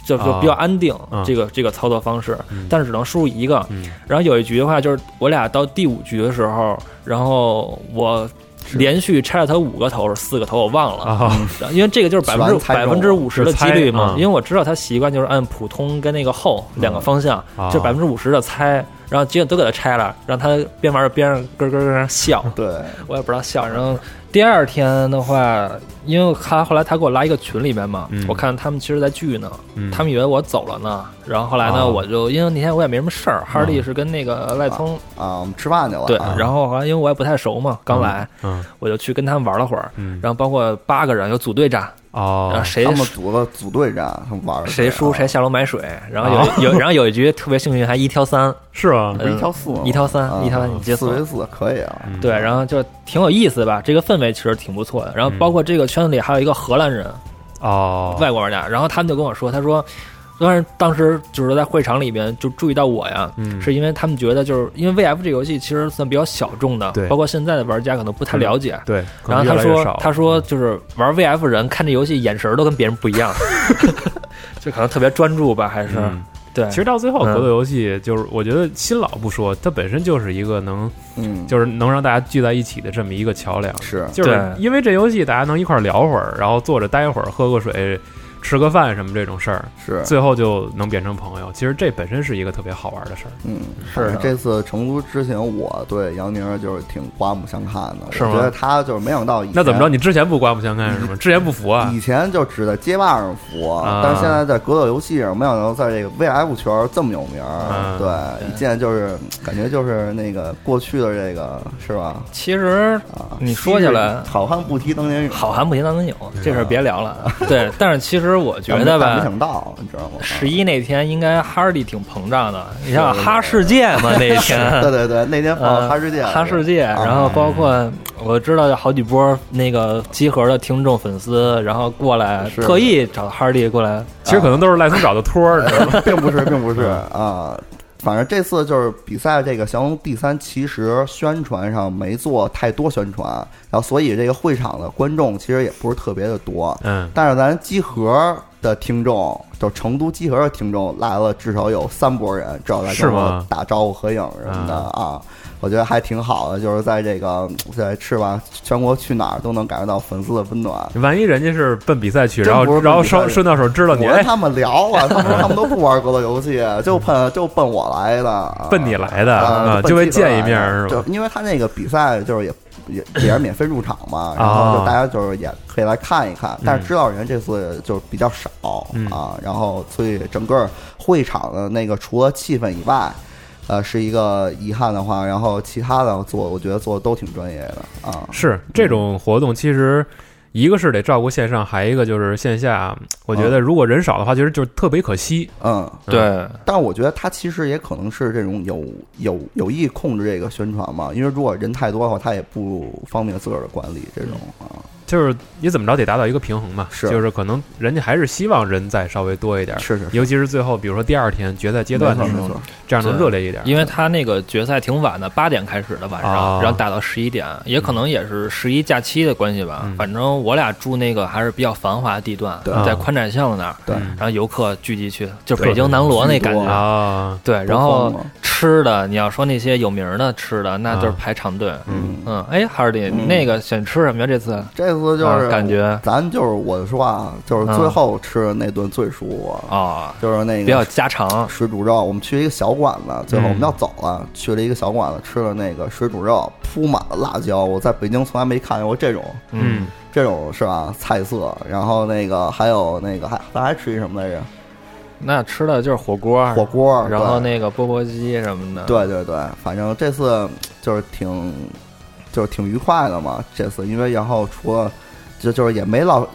Speaker 3: 就就
Speaker 6: 啊
Speaker 3: 比较安定、
Speaker 6: 嗯
Speaker 3: 这个这个操作方式
Speaker 6: 嗯，
Speaker 3: 但是只能输入一个。
Speaker 6: 嗯
Speaker 3: 然后有一局的话，就是我俩到第五局的时候，然后我连续拆了他五个头，是四个头，我忘了。
Speaker 6: 啊
Speaker 3: 然后因为这个就是百分之
Speaker 7: 全猜
Speaker 3: 百
Speaker 7: 中
Speaker 3: 分之五十的几率
Speaker 6: 就
Speaker 3: 嘛
Speaker 6: 猜，嗯
Speaker 3: 因为我知道他习惯就是按普通跟那个后两个方向，
Speaker 6: 啊
Speaker 3: 就百分之五十的猜，然后结果都给他拆了，让他边玩边上咯咯咯
Speaker 6: [laughs]
Speaker 3: 咯笑，
Speaker 7: 对，
Speaker 3: 我也不知道笑。然后第二天的话，因为他后来他给我拉一个群里面嘛，
Speaker 6: 嗯
Speaker 3: 我看他们其实在聚呢，
Speaker 6: 嗯
Speaker 3: 他们以为我走了呢。然后后来呢，
Speaker 6: 啊
Speaker 3: 我就因为那天我也没什么事儿，哈利是跟那个赖聪、
Speaker 7: 啊，我们吃饭去了，
Speaker 3: 对，
Speaker 7: 啊
Speaker 3: 然后后来因为我也不太熟嘛，刚来，
Speaker 6: 嗯嗯
Speaker 3: 我就去跟他们玩了会儿，
Speaker 6: 嗯，
Speaker 3: 然后包括八个人有组队战，然
Speaker 6: 哦
Speaker 3: 后，谁
Speaker 7: 他们组了组队战，他们
Speaker 6: 啊
Speaker 7: 玩儿
Speaker 3: 谁输谁下楼买水，然后有有然后有一局特别幸运，还一挑三，
Speaker 6: 是啊吗？
Speaker 7: 不是一挑四吗？
Speaker 3: 一挑三
Speaker 7: 啊
Speaker 3: 一挑三你接
Speaker 7: 四
Speaker 3: 错
Speaker 7: 为四可以啊。
Speaker 6: 嗯
Speaker 3: 对，然后就挺有意思吧，这个氛围其实挺不错的。
Speaker 6: 嗯
Speaker 3: 然后包括这个圈子里还有一个荷兰人，
Speaker 6: 哦，
Speaker 3: 外国玩家，然后他们就跟我说，他说，当然当时就是在会场里边就注意到我呀，
Speaker 6: 嗯
Speaker 3: 是因为他们觉得就是因为 VF 这个游戏其实算比较小众的
Speaker 6: 对，
Speaker 3: 包括现在的玩家可能不太了解。
Speaker 6: 对，可
Speaker 3: 然后
Speaker 6: 能越
Speaker 3: 他
Speaker 6: 来越
Speaker 3: 说
Speaker 6: 少，嗯
Speaker 3: 他说就是玩 VF 人看这游戏眼神儿都跟别人不一
Speaker 6: [laughs]
Speaker 3: 样， [laughs] 就可能特别专注吧，还是、
Speaker 6: 嗯
Speaker 3: 对，
Speaker 6: 其实到最后，
Speaker 3: 嗯
Speaker 6: 格斗游戏就是，我觉得新老不说，它本身就是一个能，
Speaker 7: 嗯，
Speaker 6: 就是能让大家聚在一起的这么一个桥梁。
Speaker 7: 是
Speaker 6: 就是
Speaker 3: 对
Speaker 6: 因为这游戏，大家能一块儿聊会儿，然后坐着待会儿，喝个水，吃个饭什么这种事儿，
Speaker 7: 是，
Speaker 6: 最后就能变成朋友。其实这本身是一个特别好玩的事儿。
Speaker 7: 嗯，
Speaker 3: 是的
Speaker 7: 这次成都之行，我对杨宁就是挺刮目相看的。
Speaker 6: 是
Speaker 7: 我
Speaker 6: 吗
Speaker 7: 觉得他就是没想到以前，
Speaker 6: 那怎么着？你之前不刮目相看是
Speaker 7: [laughs]
Speaker 6: 吗？之前不服啊？
Speaker 7: 以前就只在街霸上服，
Speaker 6: 啊
Speaker 7: 但是现在在格斗游戏上，没想到在这个 VF 圈儿这么有名儿。
Speaker 6: 嗯
Speaker 7: 对，一见就是感觉就是那个过去的这个是吧？
Speaker 3: 其实
Speaker 7: 啊，
Speaker 3: 你说起来
Speaker 7: 昔日好汉不提当年勇，
Speaker 3: 好汉不提当年勇，
Speaker 7: 啊
Speaker 3: 这事儿别聊
Speaker 7: [laughs]
Speaker 3: 了。对，但是其实我觉得
Speaker 7: 但没
Speaker 3: 吧，
Speaker 7: 想到，你知道吗？
Speaker 3: 十一那天应该哈士奇挺膨胀的，你像哈世界嘛那一
Speaker 7: [laughs]
Speaker 3: 天，
Speaker 7: 啊对对对，那天
Speaker 3: 呃
Speaker 7: 放哦哈世界，
Speaker 3: 哈世界，
Speaker 7: 啊
Speaker 3: 然后包括我知道有好几波那个集合的听众粉丝，然后过来
Speaker 7: 是
Speaker 3: 特意找哈士奇过来，
Speaker 6: 其实可
Speaker 7: 啊
Speaker 6: 能都是赖松找的托儿，你知道吗？
Speaker 7: [laughs] 并不是，并不是
Speaker 3: 嗯
Speaker 7: 啊。反正这次就是比赛这个降龙第三，其实宣传上没做太多宣传，然后所以这个会场的观众其实也不是特别的多，
Speaker 6: 嗯，
Speaker 7: 但是咱集合的听众，就成都集合的听众来了，至少有三拨人，至少来
Speaker 6: 是
Speaker 7: 跟
Speaker 6: 吗嗯
Speaker 7: 我打招呼、合影什么的啊。我觉得还挺好的，就是在这个在是吧，全国去哪儿都能感觉到粉丝的温暖。
Speaker 6: 万一人家是奔比赛去，
Speaker 7: 真
Speaker 6: 然
Speaker 7: 不
Speaker 6: 后
Speaker 7: 是奔
Speaker 6: 然后
Speaker 7: 比赛
Speaker 6: 顺
Speaker 7: 去
Speaker 6: 顺道手知道
Speaker 7: 我
Speaker 6: 你，
Speaker 7: 跟
Speaker 6: 哎，
Speaker 7: 他们聊啊，他们他们都不玩格斗游戏，就奔就奔我来的，啊
Speaker 6: [laughs] 奔你来的
Speaker 7: 啊，
Speaker 6: 就
Speaker 7: 奔
Speaker 6: 为
Speaker 7: 基德
Speaker 6: 见一
Speaker 7: 来
Speaker 6: 面
Speaker 7: 的
Speaker 6: 儿是吧？
Speaker 7: 就因为他那个比赛就是也也也是免费入场嘛，然后
Speaker 6: 哦
Speaker 7: 就大家就是也可以来看一看，但是知道人这次就比较少
Speaker 6: 嗯
Speaker 7: 啊，然后所以整个会场的那个除了气氛以外。呃，是一个遗憾的话，然后其他的做，我觉得做的都挺专业的啊。
Speaker 6: 是这种活动，其实一个是得照顾线上，还一个就是线下。我觉
Speaker 7: 啊
Speaker 6: 得如果人少的话，其实就是特别可惜。
Speaker 7: 嗯，
Speaker 3: 对，
Speaker 7: 但我觉得他其实也可能是这种有有有意控制这个宣传嘛，因为如果人太多的话，他也不方便自个儿的管理这种
Speaker 6: 嗯
Speaker 7: 啊。
Speaker 6: 就是你怎么着得达到一个平衡嘛，
Speaker 7: 是
Speaker 6: 就是可能人家还是希望人再稍微多一点，
Speaker 7: 是是是，
Speaker 6: 尤其是最后，比如说第二天决赛阶段的
Speaker 7: 没
Speaker 6: 时
Speaker 7: 啊错没
Speaker 6: 候
Speaker 7: 错，
Speaker 6: 这样能
Speaker 3: 对
Speaker 6: 热烈一点。
Speaker 3: 因为他那个决赛挺晚的，八点开始的晚
Speaker 6: 哦
Speaker 3: 上，然后打到十一点，也可能也是十一假期的关系吧
Speaker 6: 嗯。
Speaker 3: 反正我俩住那个还是比较繁华的地段，
Speaker 7: 对
Speaker 3: 在宽窄巷子那儿，
Speaker 7: 对
Speaker 3: 然后游客聚集区，就
Speaker 6: 对
Speaker 3: 北京南锣那感
Speaker 7: 对
Speaker 3: 觉。
Speaker 6: 啊，
Speaker 3: 对，
Speaker 7: 多
Speaker 3: 然
Speaker 7: 疯
Speaker 3: 后
Speaker 7: 啊
Speaker 3: 吃的，你要说那些有名儿的吃的，那就是
Speaker 6: 啊
Speaker 3: 排长队。
Speaker 7: 嗯，
Speaker 3: 嗯，哎，哈尔迪，那个想吃什么呀？这次
Speaker 7: 这次就
Speaker 3: 啊
Speaker 7: 是
Speaker 3: 感觉
Speaker 7: 咱就是我说啊，就是最后吃的那顿最舒服，
Speaker 3: 啊，
Speaker 7: 就是那
Speaker 3: 比较
Speaker 7: 个
Speaker 3: 家常，
Speaker 7: 水煮肉。我们去一个小馆子，最后
Speaker 6: 嗯
Speaker 7: 我们要走了，去了一个小馆子吃了那个水煮肉，铺满了辣椒。我在北京从来没看见过这种
Speaker 6: 嗯，
Speaker 7: 这种是吧菜色。然后那个还有那个还咱还吃一什么来着？
Speaker 3: 那吃的就是火锅，
Speaker 7: 火锅，
Speaker 3: 然后
Speaker 7: 对
Speaker 3: 那个钵钵鸡什么的。
Speaker 7: 对对对，反正这次就是挺就是挺愉快的嘛。这次因为然后除了就就是也没落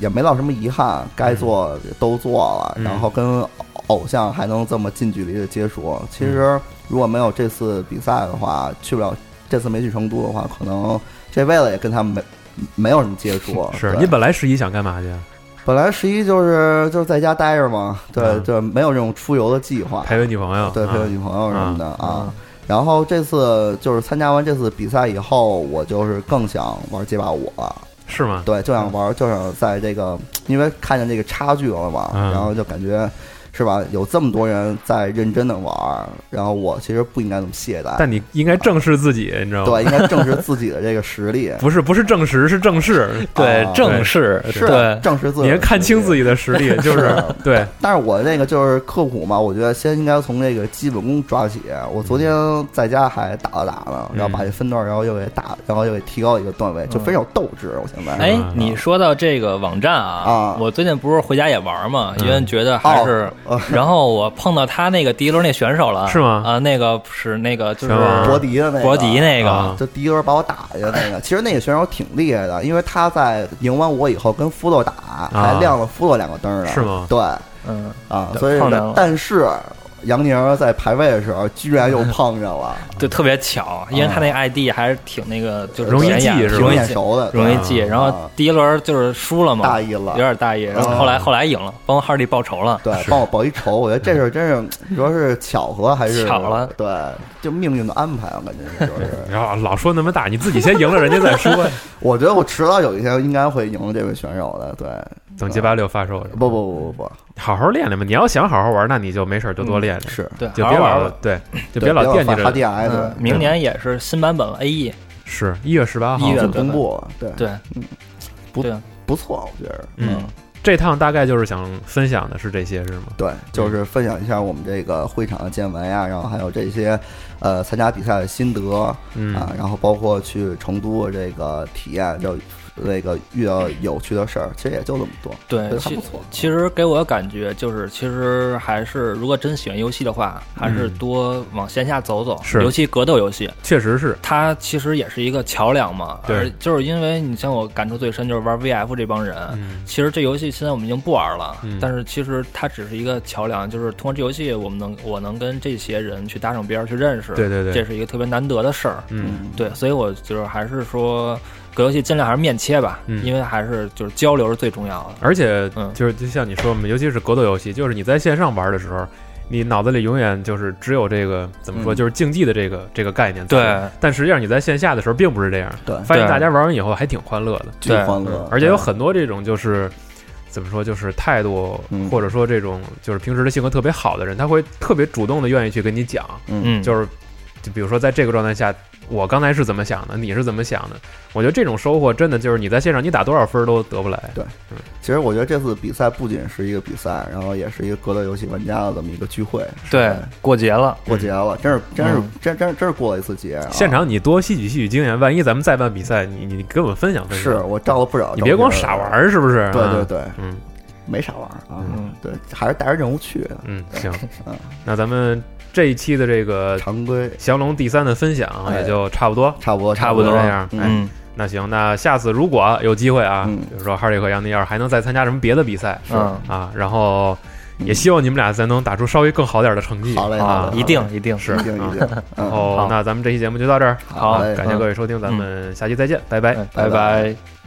Speaker 7: 也没落什么遗憾，该做都做了，
Speaker 6: 嗯
Speaker 7: 然后跟偶像还能这么近距离的接触。其
Speaker 6: 嗯
Speaker 7: 实如果没有这次比赛的话，去不了这次没去成都的话，可能这辈子也跟他们没。没有什么接触，
Speaker 6: 是
Speaker 7: 对
Speaker 6: 你本来十一想干嘛去？
Speaker 7: 本来十一就是就是在家待着嘛，对
Speaker 6: 嗯
Speaker 7: 对，没有这种出游的计划，
Speaker 6: 陪陪女朋友？
Speaker 7: 对，陪
Speaker 6: 啊
Speaker 7: 我女朋友什么的
Speaker 3: 啊
Speaker 7: 啊。然后这次就是参加完这次比赛以后，我就是更想玩街霸五了，
Speaker 6: 是吗？
Speaker 7: 对，就想玩，就想在这个，因为看见这个差距了嘛，
Speaker 6: 嗯
Speaker 7: 然后就感觉是吧，有这么多人在认真的玩，然后我其实不应该这么懈怠，
Speaker 6: 但你应该正视自己，你知道吗？，
Speaker 7: 对，应该正视自己的这个实力
Speaker 6: [laughs] 不是不是正视，是正视。
Speaker 3: 对
Speaker 7: 啊
Speaker 3: 正式
Speaker 7: 是啊
Speaker 3: 对
Speaker 7: 正视自己，
Speaker 6: 你是看清自己。的实力，就是是对，
Speaker 7: 但是我这个就是刻苦嘛，我觉得先应该从这个基本功抓起。我昨天在家还打了打呢，
Speaker 6: 嗯
Speaker 7: 然后把这分段，然后又给打，然后又给提高一个段位，就非常有斗志。我现在，
Speaker 3: 嗯哎
Speaker 6: 嗯，
Speaker 3: 你说到这个网站啊
Speaker 7: 啊，
Speaker 3: 我最近不是回家也玩嘛，
Speaker 6: 嗯
Speaker 3: 因为觉得还是
Speaker 7: 哦
Speaker 3: [laughs] 然后我碰到他那个第一轮那选手了，
Speaker 6: 是吗
Speaker 3: 啊，那个是那个就是
Speaker 6: 拳王
Speaker 7: 博迪的那个
Speaker 3: 博迪那
Speaker 6: 啊
Speaker 3: 个，
Speaker 7: 就第一轮把我打下去那个，其实那个选手挺厉害的，因为他在赢完我以后跟福豆打，还亮了福豆两个灯儿呢。
Speaker 6: 是吗
Speaker 7: 对
Speaker 3: 嗯，
Speaker 7: 啊，
Speaker 3: 对
Speaker 7: 所以
Speaker 3: 碰见了
Speaker 7: 但是杨宁在排位的时候居然又碰见
Speaker 3: [laughs]
Speaker 7: 了，
Speaker 3: 对，特别巧，因为他那 ID 还是挺那个，就是
Speaker 6: 啊容易
Speaker 3: 显眼
Speaker 6: 记是吧啊
Speaker 3: 容易
Speaker 7: 眼
Speaker 3: 记
Speaker 7: 熟的，
Speaker 3: 容易
Speaker 7: 对
Speaker 3: 记。然后第一轮就是输了嘛，
Speaker 7: 大意了
Speaker 3: 有点大意。然后后
Speaker 6: 嗯
Speaker 3: 来后来赢了，帮哈利报仇了。
Speaker 7: 对，帮我报一仇，我觉得这事儿真是，你说是巧合还是
Speaker 3: 巧了
Speaker 7: 对，就命运的安排，啊我感觉就是。 [laughs]
Speaker 6: 然后老说那么大，你自己先赢了，人家再说呀。
Speaker 7: 我觉得我迟早有一天应该会赢这位选手的，对。
Speaker 6: 等 G 八六发售，
Speaker 7: 不不不不不，
Speaker 6: 好好练练吧。你要想好好玩，那你就没事儿就多练
Speaker 7: 嗯
Speaker 6: 练，
Speaker 7: 是
Speaker 3: 对，
Speaker 6: 就
Speaker 3: 好
Speaker 6: 别
Speaker 3: 好玩
Speaker 6: 老
Speaker 3: 吧。
Speaker 6: 对，就
Speaker 7: 对
Speaker 6: 别老惦记
Speaker 7: 发
Speaker 6: 着。
Speaker 7: DI
Speaker 3: 嗯
Speaker 7: 的，，
Speaker 3: 明年也是新版本 E，AE，
Speaker 6: 是一月十八号
Speaker 3: 一，月
Speaker 7: 啊就公布，啊对，
Speaker 3: 对，
Speaker 7: 不
Speaker 3: 对，
Speaker 7: 不错，我觉得，
Speaker 6: 嗯，这趟大概就是想分享的是这些，是吗？
Speaker 7: 对，
Speaker 6: 嗯
Speaker 7: 就是分享一下我们这个会场的见闻呀，然后还有这些呃参加比赛的心得啊，
Speaker 6: 嗯
Speaker 7: 然后包括去成都的这个体验，就那个遇到有趣的事儿，其实也就这么多，
Speaker 3: 对
Speaker 7: 觉得还
Speaker 3: 其
Speaker 7: 不错，
Speaker 3: 其实给我的感觉就是，其实还是如果真喜欢游戏的话，还是多往线下走走，
Speaker 6: 是
Speaker 3: 尤其格斗游戏。
Speaker 6: 确实是，
Speaker 3: 它其实也是一个桥梁嘛，
Speaker 6: 对
Speaker 3: 而就是因为你像我感触最深就是玩 VF 这帮人，
Speaker 6: 嗯
Speaker 3: 其实这游戏现在我们已经不玩了，
Speaker 6: 嗯
Speaker 3: 但是其实它只是一个桥梁，就是通过这游戏我们能我能跟这些人去搭上边儿去认识，
Speaker 6: 对对嗯对
Speaker 3: 这是一个特别难得的事儿，
Speaker 6: 嗯，
Speaker 3: 对，所以我就是还是说，格游戏尽量还是面切吧，
Speaker 6: 嗯
Speaker 3: 因为还是就是交流是最重要的，
Speaker 6: 而且
Speaker 3: 嗯
Speaker 6: 就是就像你说嘛，尤其是格斗游戏，就是你在线上玩的时候，你脑子里永远就是只有这个怎么说，
Speaker 7: 嗯
Speaker 6: 就是竞技的这个这个概念。
Speaker 3: 对，
Speaker 6: 但实际上你在线下的时候并不是这样，
Speaker 7: 对嗯
Speaker 6: 发现
Speaker 3: 对
Speaker 6: 大家玩完以后还挺欢乐的，
Speaker 7: 巨
Speaker 3: 对
Speaker 7: 欢乐，
Speaker 6: 而且有很多这种就是。怎么说？就是态度，
Speaker 7: 嗯
Speaker 6: 或者说这种就是平时的性格特别好的人，他会特别主动的愿意去跟你讲，
Speaker 7: 嗯
Speaker 3: 嗯，
Speaker 6: 就是就比如说在这个状态下，我刚才是怎么想的，你是怎么想的？我觉得这种收获真的就是你在线上你打多少分都得不来。
Speaker 7: 其实我觉得这次比赛不仅是一个比赛，然后也是一个格斗游戏玩家的这么一个聚会。
Speaker 3: 对，过节了，
Speaker 7: 过节了，真是真是
Speaker 3: 嗯
Speaker 7: 真真真是过了一次节啊。
Speaker 6: 现场你多吸取吸取经验，万一咱们再办比赛，你你给我们分享分享。
Speaker 7: 是我照了不少照片儿，
Speaker 6: 你别光傻玩儿，是不是？
Speaker 7: 对对
Speaker 6: 啊，
Speaker 7: 对，
Speaker 6: 嗯
Speaker 7: 没傻玩儿啊
Speaker 3: 嗯，
Speaker 7: 对，还是带着任务去的，
Speaker 6: 嗯，行
Speaker 7: 嗯，
Speaker 6: 那咱们这一期的这个
Speaker 7: 常规
Speaker 6: 降龙第三的分享啊
Speaker 7: 哎
Speaker 6: 也就差不多。
Speaker 7: 差不多
Speaker 3: 差不多
Speaker 6: 就这样，哎，
Speaker 3: 嗯，
Speaker 6: 那行，那下次如果有机会啊，
Speaker 7: 嗯
Speaker 6: 比如说哈利和杨迪要是还能再参加什么别的比赛，
Speaker 3: 嗯
Speaker 6: 啊，然后也希望你们俩再能打出稍微更好点的成绩。
Speaker 7: 好嘞，
Speaker 6: 啊
Speaker 7: 好嘞
Speaker 3: 嗯一定一定
Speaker 6: 是
Speaker 7: 一定
Speaker 6: 啊
Speaker 7: 一定，
Speaker 6: 然
Speaker 7: 嗯，
Speaker 6: 后
Speaker 3: 好
Speaker 6: 那咱们这期节目就到这儿，
Speaker 7: 好嘞嗯
Speaker 6: 感谢各位收听，咱们下期再见，拜拜。
Speaker 3: 哎拜
Speaker 7: 拜拜
Speaker 3: 拜